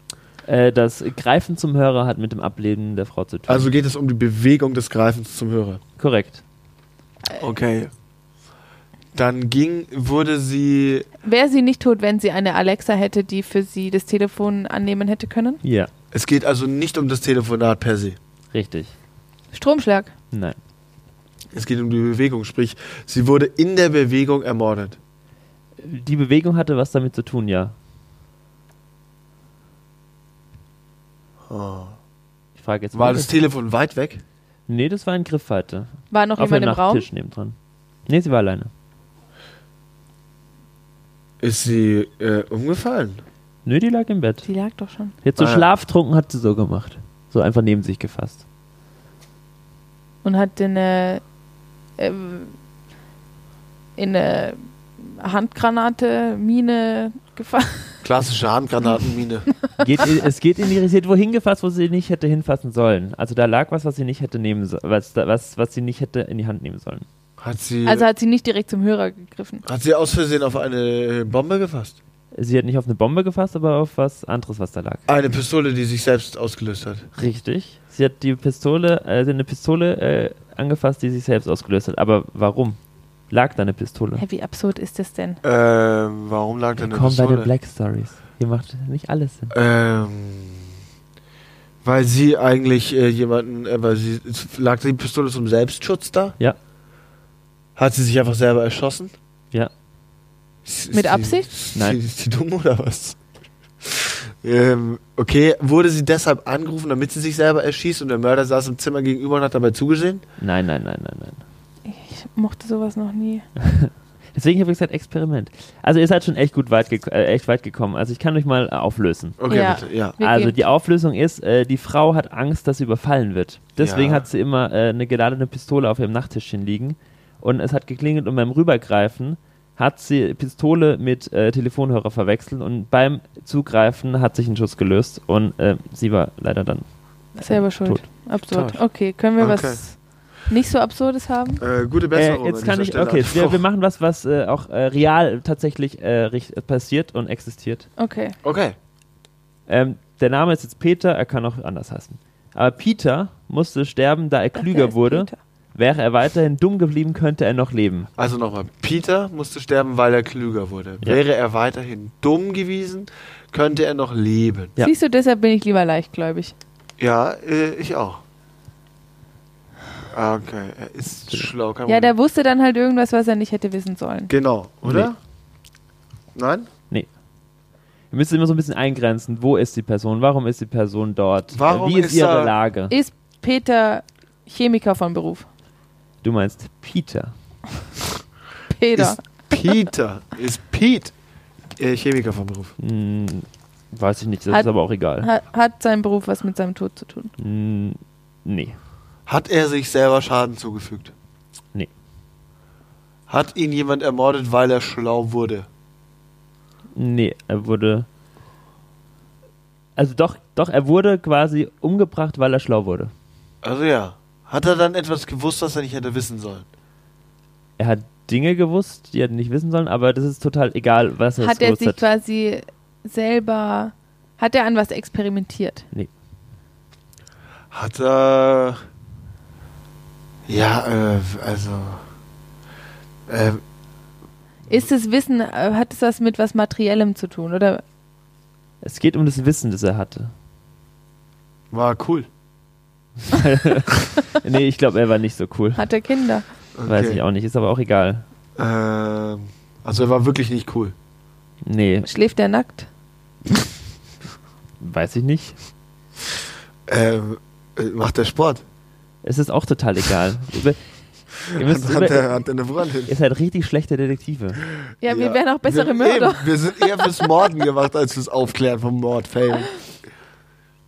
Äh, das Greifen zum Hörer hat mit dem Ableben der Frau zu tun. Also geht es um die Bewegung des Greifens zum Hörer. Korrekt. Okay. Dann ging, wurde sie. Wäre sie nicht tot, wenn sie eine Alexa hätte, die für sie das Telefon annehmen hätte können? Ja, Es geht also nicht um das Telefonat per se. richtig. Stromschlag. Nein. Es geht um die Bewegung, sprich, sie wurde in der Bewegung ermordet. Die Bewegung hatte was damit zu tun, ja. Ich frage jetzt Oh. War mal- das Telefon weit weg? Nee, das war ein Griffweite. War noch Auf jemand einem im Raum? Nachttisch nebendran. Nee, sie war alleine. Ist sie äh, umgefallen? Nö, die lag im Bett. Die lag doch schon. Jetzt so Ah. schlaftrunken hat sie so gemacht. So einfach neben sich gefasst. Und hat in eine, ähm, in eine Handgranate, Mine gefasst. Klassische Handgranatenmine. Geht, in- es geht in die sie hat wohin gefasst, wo sie nicht hätte hinfassen sollen. Also da lag was, was sie nicht hätte nehmen so, was, da- was, was sie nicht hätte in die Hand nehmen sollen. Hat sie, Also hat sie nicht direkt zum Hörer gegriffen. hat sie aus Versehen auf eine Bombe gefasst? Sie hat nicht auf eine Bombe gefasst, aber auf was anderes, was da lag. Eine Pistole, die sich selbst ausgelöst hat. Richtig. Sie hat die Pistole, äh, sie hat eine Pistole äh, angefasst, die sich selbst ausgelöst hat. Aber warum? Lag da eine Pistole? Hä, wie absurd ist das denn? Ähm, warum lag da eine Komm bei den Pistole? Black Stories. Ihr macht nicht alles Sinn. Ähm, weil sie eigentlich äh, jemanden, äh, weil sie es- lag die Pistole zum Selbstschutz da? Ja. Hat sie sich einfach selber erschossen? Ja. Ist, Mit Absicht? Die, Nein. Ist, die, ist die dumm oder was? ähm, okay, wurde sie deshalb angerufen, damit sie sich selber erschießt und der Mörder saß im Zimmer gegenüber und hat dabei zugesehen? Nein, nein, nein, nein, nein. Ich mochte sowas noch nie. Deswegen habe ich gesagt Experiment. Also ihr seid schon echt gut weit, gek- äh, echt weit gekommen. Also ich kann euch mal äh, auflösen. Okay, Ja. bitte, ja. Wir also gehen. die Auflösung ist, äh, die Frau hat Angst, dass sie überfallen wird. Deswegen Ja. hat sie immer äh, eine geladene Pistole auf ihrem Nachttischchen liegen. Und es hat geklingelt und beim Rübergreifen hat sie Pistole mit äh, Telefonhörer verwechselt und beim Zugreifen hat sich ein Schuss gelöst und äh, sie war leider dann. äh, Selber schuld. tot. Absurd. Toll. Okay, können wir Okay. was nicht so Absurdes haben? Äh, gute Äh, Besserung. jetzt an kann dieser ich, Stelle. okay, wir, wir machen was, was äh, auch äh, real tatsächlich äh, richt- äh, passiert und existiert. Okay. Okay. Ähm, der Name ist jetzt Peter, er kann auch anders heißen. Aber Peter musste sterben, da er Wer klüger ist wurde. Peter? Wäre er weiterhin dumm geblieben, könnte er noch leben. Also nochmal, Peter musste sterben, weil er klüger wurde. Ja. Wäre er weiterhin dumm gewesen, könnte er noch leben. Ja. Siehst du, deshalb bin ich lieber leichtgläubig. Ja, äh, ich auch. Ah, Okay, er ist schlau. Kann Ja, man- der wusste dann halt irgendwas, was er nicht hätte wissen sollen. genau, oder? Nein? Ihr müsst immer so ein bisschen eingrenzen. Wo ist die Person? Warum ist die Person dort? Äh, Warum Wie ist, ist ihre er- Lage? Ist Peter Chemiker von Beruf? Du meinst Peter. Peter. Ist Peter, ist Pete äh, Chemiker vom Beruf. Hm, weiß ich nicht, das Hat- ist aber auch egal. Hat, hat sein Beruf was mit seinem Tod zu tun? Hm, nee. Hat er sich selber Schaden zugefügt? Nee. Hat ihn jemand ermordet, weil er schlau wurde? Nee, er wurde. Also doch, doch, er wurde quasi umgebracht, weil er schlau wurde. Also ja. Hat er dann etwas gewusst, was er nicht hätte wissen sollen? Er hat Dinge gewusst, die er nicht wissen sollen, aber das ist total egal, was er Hat er gewusst sich hat. quasi selber. Hat er an was experimentiert? Hat er. Ja, äh, also. Äh, Ist das Wissen, äh, hat es was mit was Materiellem zu tun? Oder Es geht um das Wissen, das er hatte. war cool. nee, ich glaube, er war nicht so cool. hat er Kinder? Okay. Weiß ich auch nicht, ist aber auch egal. Ähm, also er war wirklich nicht cool. Nee, Schläft er nackt? weiß ich nicht. Ähm, äh, macht er Sport? Es ist auch total egal. Über- ihr, müsst hat, er, über, hat er eine Freundin? ihr seid richtig schlechte Detektive. Ja, wir wären auch bessere Wir- Mörder. Eben, wir sind eher fürs Morden gemacht als fürs Aufklären von Mordfällen.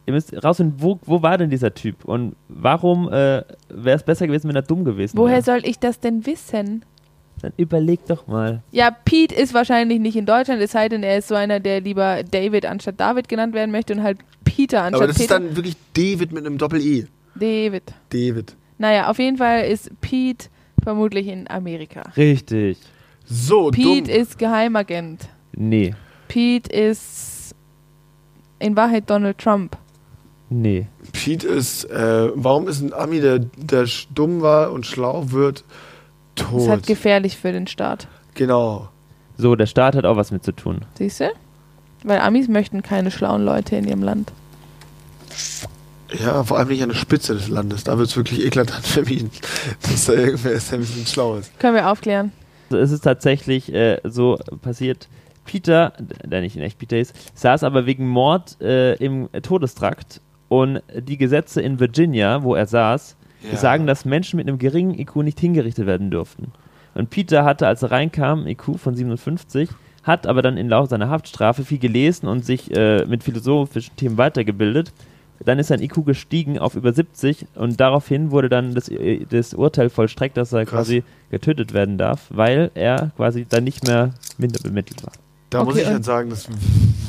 ihr müsst rausfinden, wo, wo war denn dieser Typ und warum äh, wäre es besser gewesen, wenn er dumm gewesen Woher wäre? soll ich das denn wissen? Dann überleg doch mal. Ja, Pete ist wahrscheinlich nicht in Deutschland, es sei denn, er ist so einer, der lieber David anstatt David genannt werden möchte und halt Peter anstatt Aber das ist Peter. dann wirklich David mit einem Doppel-E. David. David. Naja, auf jeden Fall ist Pete vermutlich in Amerika. Richtig. So, dumm. Pete ist Geheimagent. Nee. Pete ist in Wahrheit Donald Trump. Nee. Pete ist, äh, warum ist ein Ami, der, der sch- dumm war und schlau wird, Das ist halt tot? gefährlich für den Staat. genau. So, der Staat hat auch was mit zu tun. Siehst du? Weil Amis möchten keine schlauen Leute in ihrem Land. Ja, vor allem nicht an der Spitze des Landes. Da wird es wirklich eklatant vermieden, dass da irgendwer ist, der ein bisschen schlau ist. Können wir aufklären. Also es ist tatsächlich äh, so passiert. Peter, der nicht in echt Peter ist, saß aber wegen Mord äh, im Todestrakt und die Gesetze in Virginia, wo er saß, Ja. sagen, dass Menschen mit einem geringen IQ nicht hingerichtet werden dürften. Und Peter hatte, als er reinkam, ein IQ von 57, hat aber dann im Laufe seiner Haftstrafe viel gelesen und sich äh, mit philosophischen Themen weitergebildet. Dann ist sein IQ gestiegen auf über 70 und daraufhin wurde dann das, äh, das Urteil vollstreckt, dass er Krass. quasi getötet werden darf, weil er quasi dann nicht mehr minder bemittelt war. Da muss Okay, ich und- halt sagen, das w-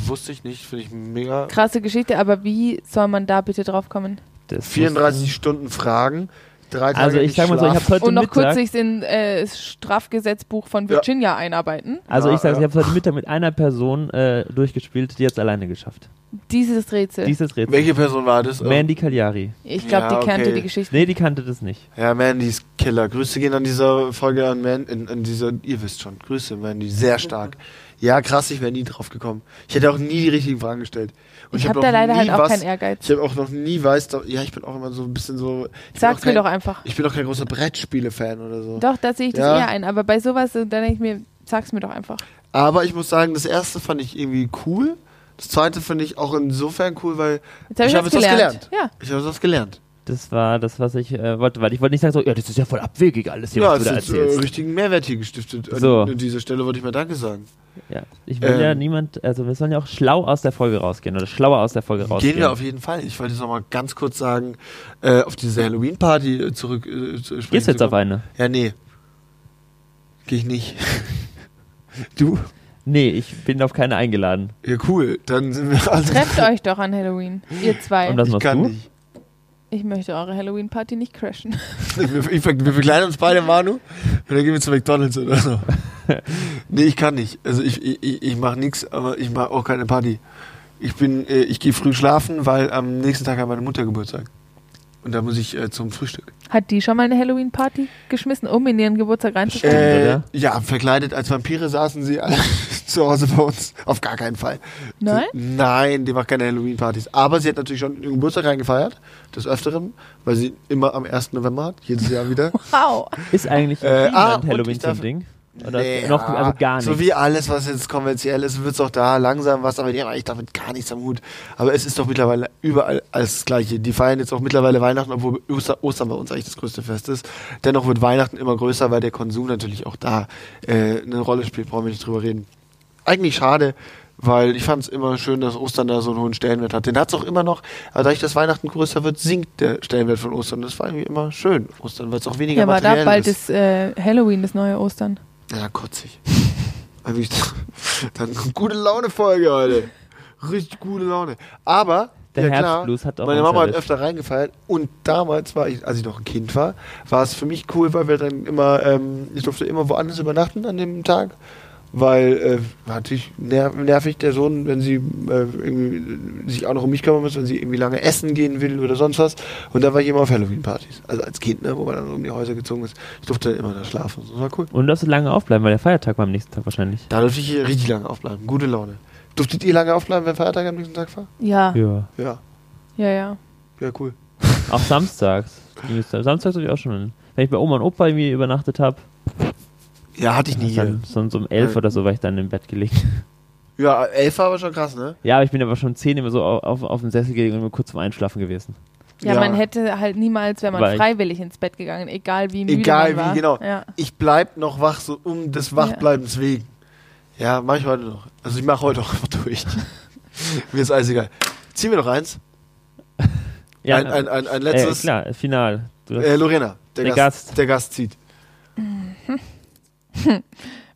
wusste ich nicht, finde ich mega. Krasse Geschichte, aber wie soll man da bitte drauf kommen? Das 34 Stunden Fragen, drei Tage Also ich nicht sag mal so, ich habe Schlaf. heute Und noch kurz Mittag sich in äh, das Strafgesetzbuch von Ja. Virginia einarbeiten. Also Ja, ich sage, ja. ich habe heute Mittag mit einer Person äh, durchgespielt, die hat es alleine geschafft. Dieses Rätsel. Dieses Rätsel. Äh, Welche Person war das? Mandy Cagliari. ich glaube, Ja, die kannte okay. die Geschichte. Nee, die kannte das nicht. Oh, Ja, Mandys Killer. Grüße gehen an dieser Folge an Mandy. In, an dieser, ihr wisst schon, Grüße, Mandy. Sehr stark. Ja, krass, ich wäre nie drauf gekommen. Ich hätte auch nie die richtigen Fragen gestellt. Und ich hab habe noch da leider nie halt auch was- keinen Ehrgeiz. Ich habe auch noch nie weiß, da- ja, ich bin auch immer so ein bisschen so. ich bin Sag's auch kein, mir doch einfach. Ich bin auch kein großer Brettspiele-Fan oder so. Doch, da sehe ich das Ja. eher ein. Aber bei sowas, äh, da denke ich mir, sag's mir doch einfach. Aber ich muss sagen, das erste fand ich irgendwie cool. Das zweite finde ich auch insofern cool, weil Jetzt habe ich, Ich hab was jetzt was gelernt. Ja. ich habe was gelernt. Das war das, was ich äh, wollte, weil ich wollte nicht sagen, so, ja, das ist ja voll abwegig alles hier, ja, was du es da ist äh, erzählst. richtigen Mehrwert hier gestiftet. So. An, an dieser Stelle wollte ich mal Danke sagen. ja. Ich will ja ähm, niemand, also wir sollen ja auch schlau aus der Folge rausgehen oder schlauer aus der Folge rausgehen. Gehen wir auf jeden Fall. Ich wollte jetzt nochmal ganz kurz sagen, äh, auf diese Halloween-Party äh, zurück äh, zu sprechen. Gehst du jetzt zu auf kommen. eine? Ja, nee. Gehe ich nicht. du? Nee, ich bin auf keine eingeladen. Ja, cool. Dann sind wir alle. Trefft euch doch an Halloween, ihr zwei. Und was ich machst kann du? nicht. Ich möchte eure Halloween-Party nicht crashen. Wir, ich, wir begleiten uns beide, Manu, und dann gehen wir zu McDonalds oder so. nee, ich kann nicht. Also ich, ich- ich, ich mache nichts, aber ich mache auch keine Party. Ich bin, äh, ich gehe früh schlafen, weil am nächsten Tag hat meine Mutter Geburtstag. Und da muss ich äh, zum Frühstück. Hat die schon mal eine Halloween-Party geschmissen, um in ihren Geburtstag reinzuschauen? Stimmt, Äh, oder? ja, verkleidet als Vampire saßen sie alle zu Hause bei uns. Auf gar keinen Fall. Nein? Nein, die macht keine Halloween-Partys. Aber sie hat natürlich schon ihren Geburtstag reingefeiert, des Öfteren, weil sie immer am 1. November hat, jedes Jahr wieder. Wow. Ist eigentlich in Äh, Finnland ah, und Halloween ich so ein darf- ah, Ding? Oder noch, also gar nicht. So wie alles, was jetzt kommerziell ist, wird es auch da langsam was, aber die haben eigentlich damit gar nichts am Hut. Aber es ist doch mittlerweile überall alles das Gleiche. Die feiern jetzt auch mittlerweile Weihnachten, obwohl Oster, Ostern bei uns eigentlich das größte Fest ist. Dennoch wird Weihnachten immer größer, weil der Konsum natürlich auch da äh, eine Rolle spielt, brauchen wir nicht drüber reden. Eigentlich schade, weil ich fand es immer schön, dass Ostern da so einen hohen Stellenwert hat. Den hat es auch immer noch, aber dadurch, dass Weihnachten größer wird, sinkt der Stellenwert von Ostern. Das war irgendwie immer schön, Ostern, weil es auch weniger Ja, aber da materiell bald ist. ist äh, Halloween, das neue Ostern. Ja, kotzig. Also ich- Dann gute Laune-Folge heute. Richtig gute Laune. Aber, Der ja klar, Herbstblues hat auch meine uns Mama hat erwischt. öfter reingefeiert und damals war ich, als ich noch ein Kind war, war es für mich cool, weil wir dann immer, ähm, ich durfte immer woanders übernachten an dem Tag. Weil äh, war natürlich ner nervig der Sohn, wenn sie äh, irgendwie sich auch noch um mich kümmern muss, wenn sie irgendwie lange essen gehen will oder sonst was. Und da war ich immer auf Halloween-Partys. Also als Kind, ne, wo man dann um die Häuser gezogen ist. Ich durfte dann immer da schlafen. Das war cool. Und du darfst lange aufbleiben, weil der Feiertag war am nächsten Tag wahrscheinlich. Da durfte ich hier richtig lange aufbleiben. Gute Laune. Durftet ihr lange aufbleiben, wenn Feiertag am nächsten Tag war? Ja, Ja. Ja. ja, ja. Ja, cool. Auch samstags. Die müsste- Samstags habe ich auch schon. Wenn ich bei Oma und Opa irgendwie übernachtet habe, Ja, hatte ich nie hier. dann sonst um elf Ja. oder so war ich dann im Bett gelegt. Ja, elf war aber schon krass, ne? Ja, aber ich bin aber schon um 10 immer so auf, auf, auf dem Sessel gelegen und immer kurz zum Einschlafen gewesen. Ja, Ja. man hätte halt niemals, wenn man Weil- freiwillig ins Bett gegangen, egal wie müde Egal man war. wie, genau. Ja. Ich bleib noch wach, so um des Wachbleibens wegen. Ja, mach ich heute noch. Also ich mache heute auch einfach durch. Mir ist alles egal. Zieh mir noch eins. Ja, ein, ein, ein, ein letztes. Äh, klar, final. Du, Äh, Lorena, der, Der Gast, Gast. Der Gast zieht.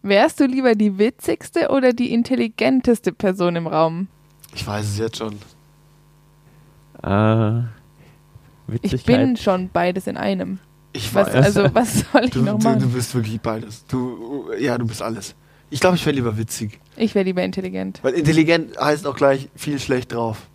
Wärst du lieber die witzigste oder die intelligenteste Person im Raum? Ich weiß es jetzt schon. Ah, Witzigkeit. Ich bin schon beides in einem. Ich Was, weiß. also, was soll ich Du, noch du, machen? du bist wirklich beides. Du, ja, du bist alles. Ich glaube, ich wäre lieber witzig. Ich wäre lieber intelligent. Weil intelligent heißt auch gleich viel schlecht drauf.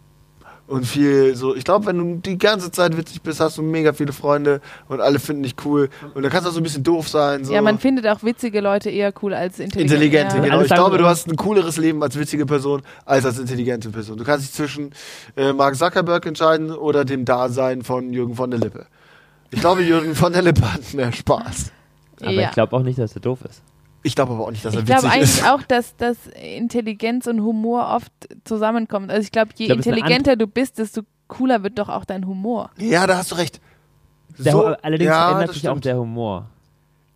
Und viel so, ich glaube, wenn du die ganze Zeit witzig bist, hast du mega viele Freunde und alle finden dich cool. Und dann kannst du auch so ein bisschen doof sein. So. Ja, man findet auch witzige Leute eher cool als intelligente. Intelligente, ja. genau. Alle Ich sagen glaube, so- du hast ein cooleres Leben als witzige Person, als als intelligente Person. Du kannst dich zwischen äh, Mark Zuckerberg entscheiden oder dem Dasein von Jürgen von der Lippe. Ich glaube, Jürgen von der Lippe hat mehr Spaß. aber Ja. ich glaube auch nicht, dass er doof ist. Ich glaube aber auch nicht, dass er Ich glaube witzig eigentlich ist. auch, dass, dass Intelligenz und Humor oft zusammenkommt. Also ich glaube, je Ich glaub, es ist eine intelligenter du bist, desto cooler wird doch auch dein Humor. Ja, da hast du recht. Der, allerdings ja, ändert das sich auch stimmt. der Humor.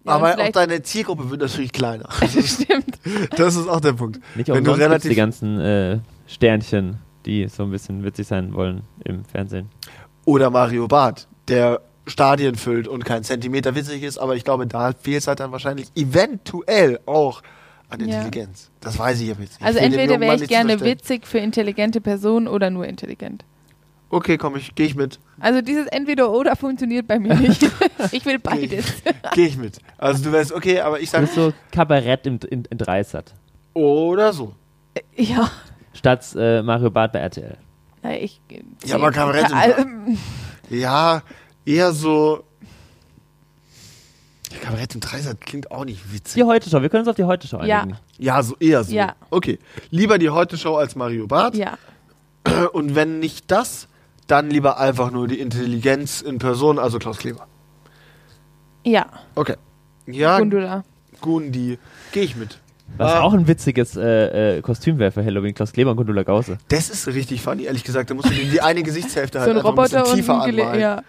Ja, und aber auch vielleicht- deine Zielgruppe wird natürlich kleiner. Stimmt. Das ist auch der Punkt. Nicht Wenn auch du relativ die relativ ganzen äh, Sternchen, die so ein bisschen witzig sein wollen im Fernsehen. oder Mario Barth, der Stadien füllt und kein Zentimeter witzig ist, aber ich glaube, da fehlt es halt dann wahrscheinlich eventuell auch an Ja. Intelligenz. Das weiß ich aber jetzt nicht. Also Ich will dem entweder jungen wäre Mann ich nichts gerne unterstellen. witzig für intelligente Personen oder nur intelligent. Okay, komm, ich gehe ich mit. Also dieses entweder oder funktioniert bei mir nicht. ich will beides. Gehe ich mit. Also du wärst okay, aber ich Du sag bist so Kabarett in, in, in Dreisat. oder so. Ja. Statt äh, Mario Barth bei RTL. Na, ich, Ja, aber Kabarett- Also, Ja, eher so ja, Kabarett im Dreisatz klingt auch nicht witzig. Die Heute-Show, wir können uns auf die Heute-Show Ja. einigen. Ja, so eher so. Ja. Okay, lieber die Heute Show als Mario Barth. ja. Und wenn nicht das, dann lieber einfach nur die Intelligenz in Person, also Klaus Kleber. Ja. Okay. Ja, Gundula. Gundi, gehe ich mit. Was Ah. auch ein witziges äh, äh, Kostüm wäre für Halloween. Klaus Kleber und Gundula Gause. Das ist richtig funny, ehrlich gesagt. Da musst du dir die eine Gesichtshälfte so halt ein einfach ein Roboter bisschen und tiefer ein Gele anmalen. ja.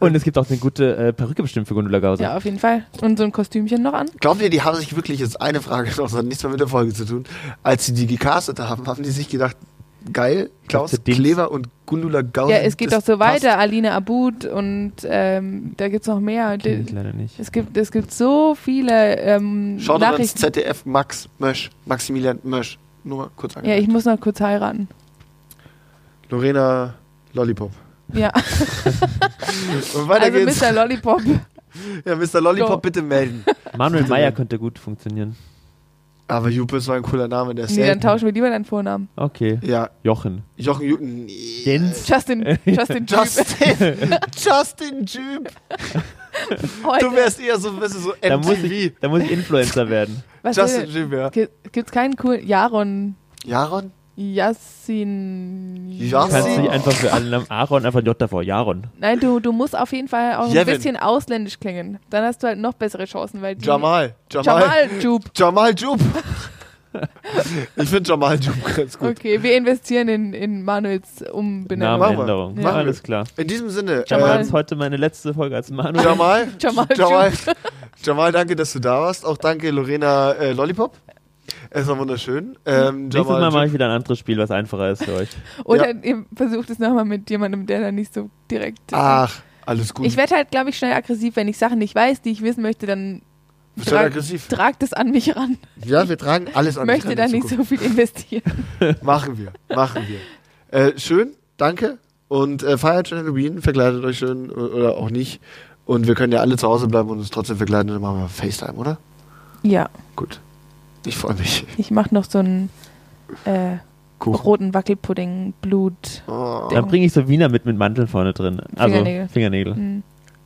Und es gibt auch eine gute äh, Perücke bestimmt für Gundula Gause. ja, auf jeden Fall. Und so ein Kostümchen noch an. Glaubt ihr, die haben sich wirklich, jetzt eine Frage noch, das hat nichts mehr mit der Folge zu tun, als sie die gecastet haben, haben die sich gedacht, geil, Klaus Klaus Dings. Kleber und Gundula Gausen. Ja, es geht Oh, das doch so passt. weiter. Aline Abud und ähm, da gibt es noch mehr. Kenn ich D- leider nicht. Es gibt, es gibt so viele ähm, Schaut doch ins Nachrichten. ZDF, Max Mösch, Maximilian Mösch. Nur mal kurz Ja, angemerkt. ich muss noch kurz heiraten. Lorena Lollipop. Ja, Und weiter also geht's. Mr. Lollipop. ja, Mr. Lollipop, Go. bitte melden. Manuel Bitte, Meyer Mann. könnte gut funktionieren. Aber Juppe ist so ein cooler Name, der ist Nee, dann selten. tauschen wir lieber deinen Vornamen. Okay. Ja, Jochen. Jochen Juten. Nee. Jens. Justin, Justin Just. Justin, Justin Jupe. Du heute. wärst eher so ein bisschen so Da muss, MTV. ich, da muss ich Influencer werden. Was Justin will, Jupe, ja. gibt es keinen coolen Jaron Jaron? Yassin? Du kannst Jassin? nicht einfach für alle Namen Aaron einfach J davor. Jaron. Nein, du, du musst auf jeden Fall auch ein Jevin. bisschen ausländisch klingen. Dann hast du halt noch bessere Chancen, weil die Jamal. Jamal. Jamal Jupe. Jamal Jupe. Ich finde Jamal Jupe ganz gut. Okay, wir investieren in, in Manuels Umbenennung. Machen wir. Namenänderung. Machen wir. Alles klar. In diesem Sinne, Jamal Genau. Jamal. ähm, ist heute meine letzte Folge als Manuel. Jamal, Jamal Jupe. Jamal, Jamal, danke, dass du da warst. Auch danke, Lorena äh, Lollipop. Es war wunderschön. Ähm, Nächstes Jamal Mal mache Jupe. ich wieder ein anderes Spiel, was einfacher ist für euch. Oder ihr versucht es nochmal mit jemandem, der da nicht so direkt. Ach, alles gut. ich werde halt, glaube ich, schnell aggressiv, wenn ich Sachen nicht weiß, die ich wissen möchte, dann Bist du halt trag- aggressiv? tragt es an mich ran. Ja, wir tragen alles an. möchte da nicht so viel investieren. Machen wir, machen wir. Äh, schön, danke. Und äh, feiert schön Halloween, verkleidet euch schön o- oder auch nicht. Und wir können ja alle zu Hause bleiben und uns trotzdem verkleiden. Dann machen wir FaceTime, oder? Ja, Gut. Ich freue mich. ich mache noch so einen äh, Kuchen. roten Wackelpudding, Blut. Oh. Dann bringe ich so Wiener mit mit Mantel vorne drin. Also Fingernägel. Fingernägel. Mm.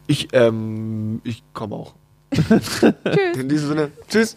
Ich, ähm, ich komme auch. Tschüss. In diesem Sinne, tschüss.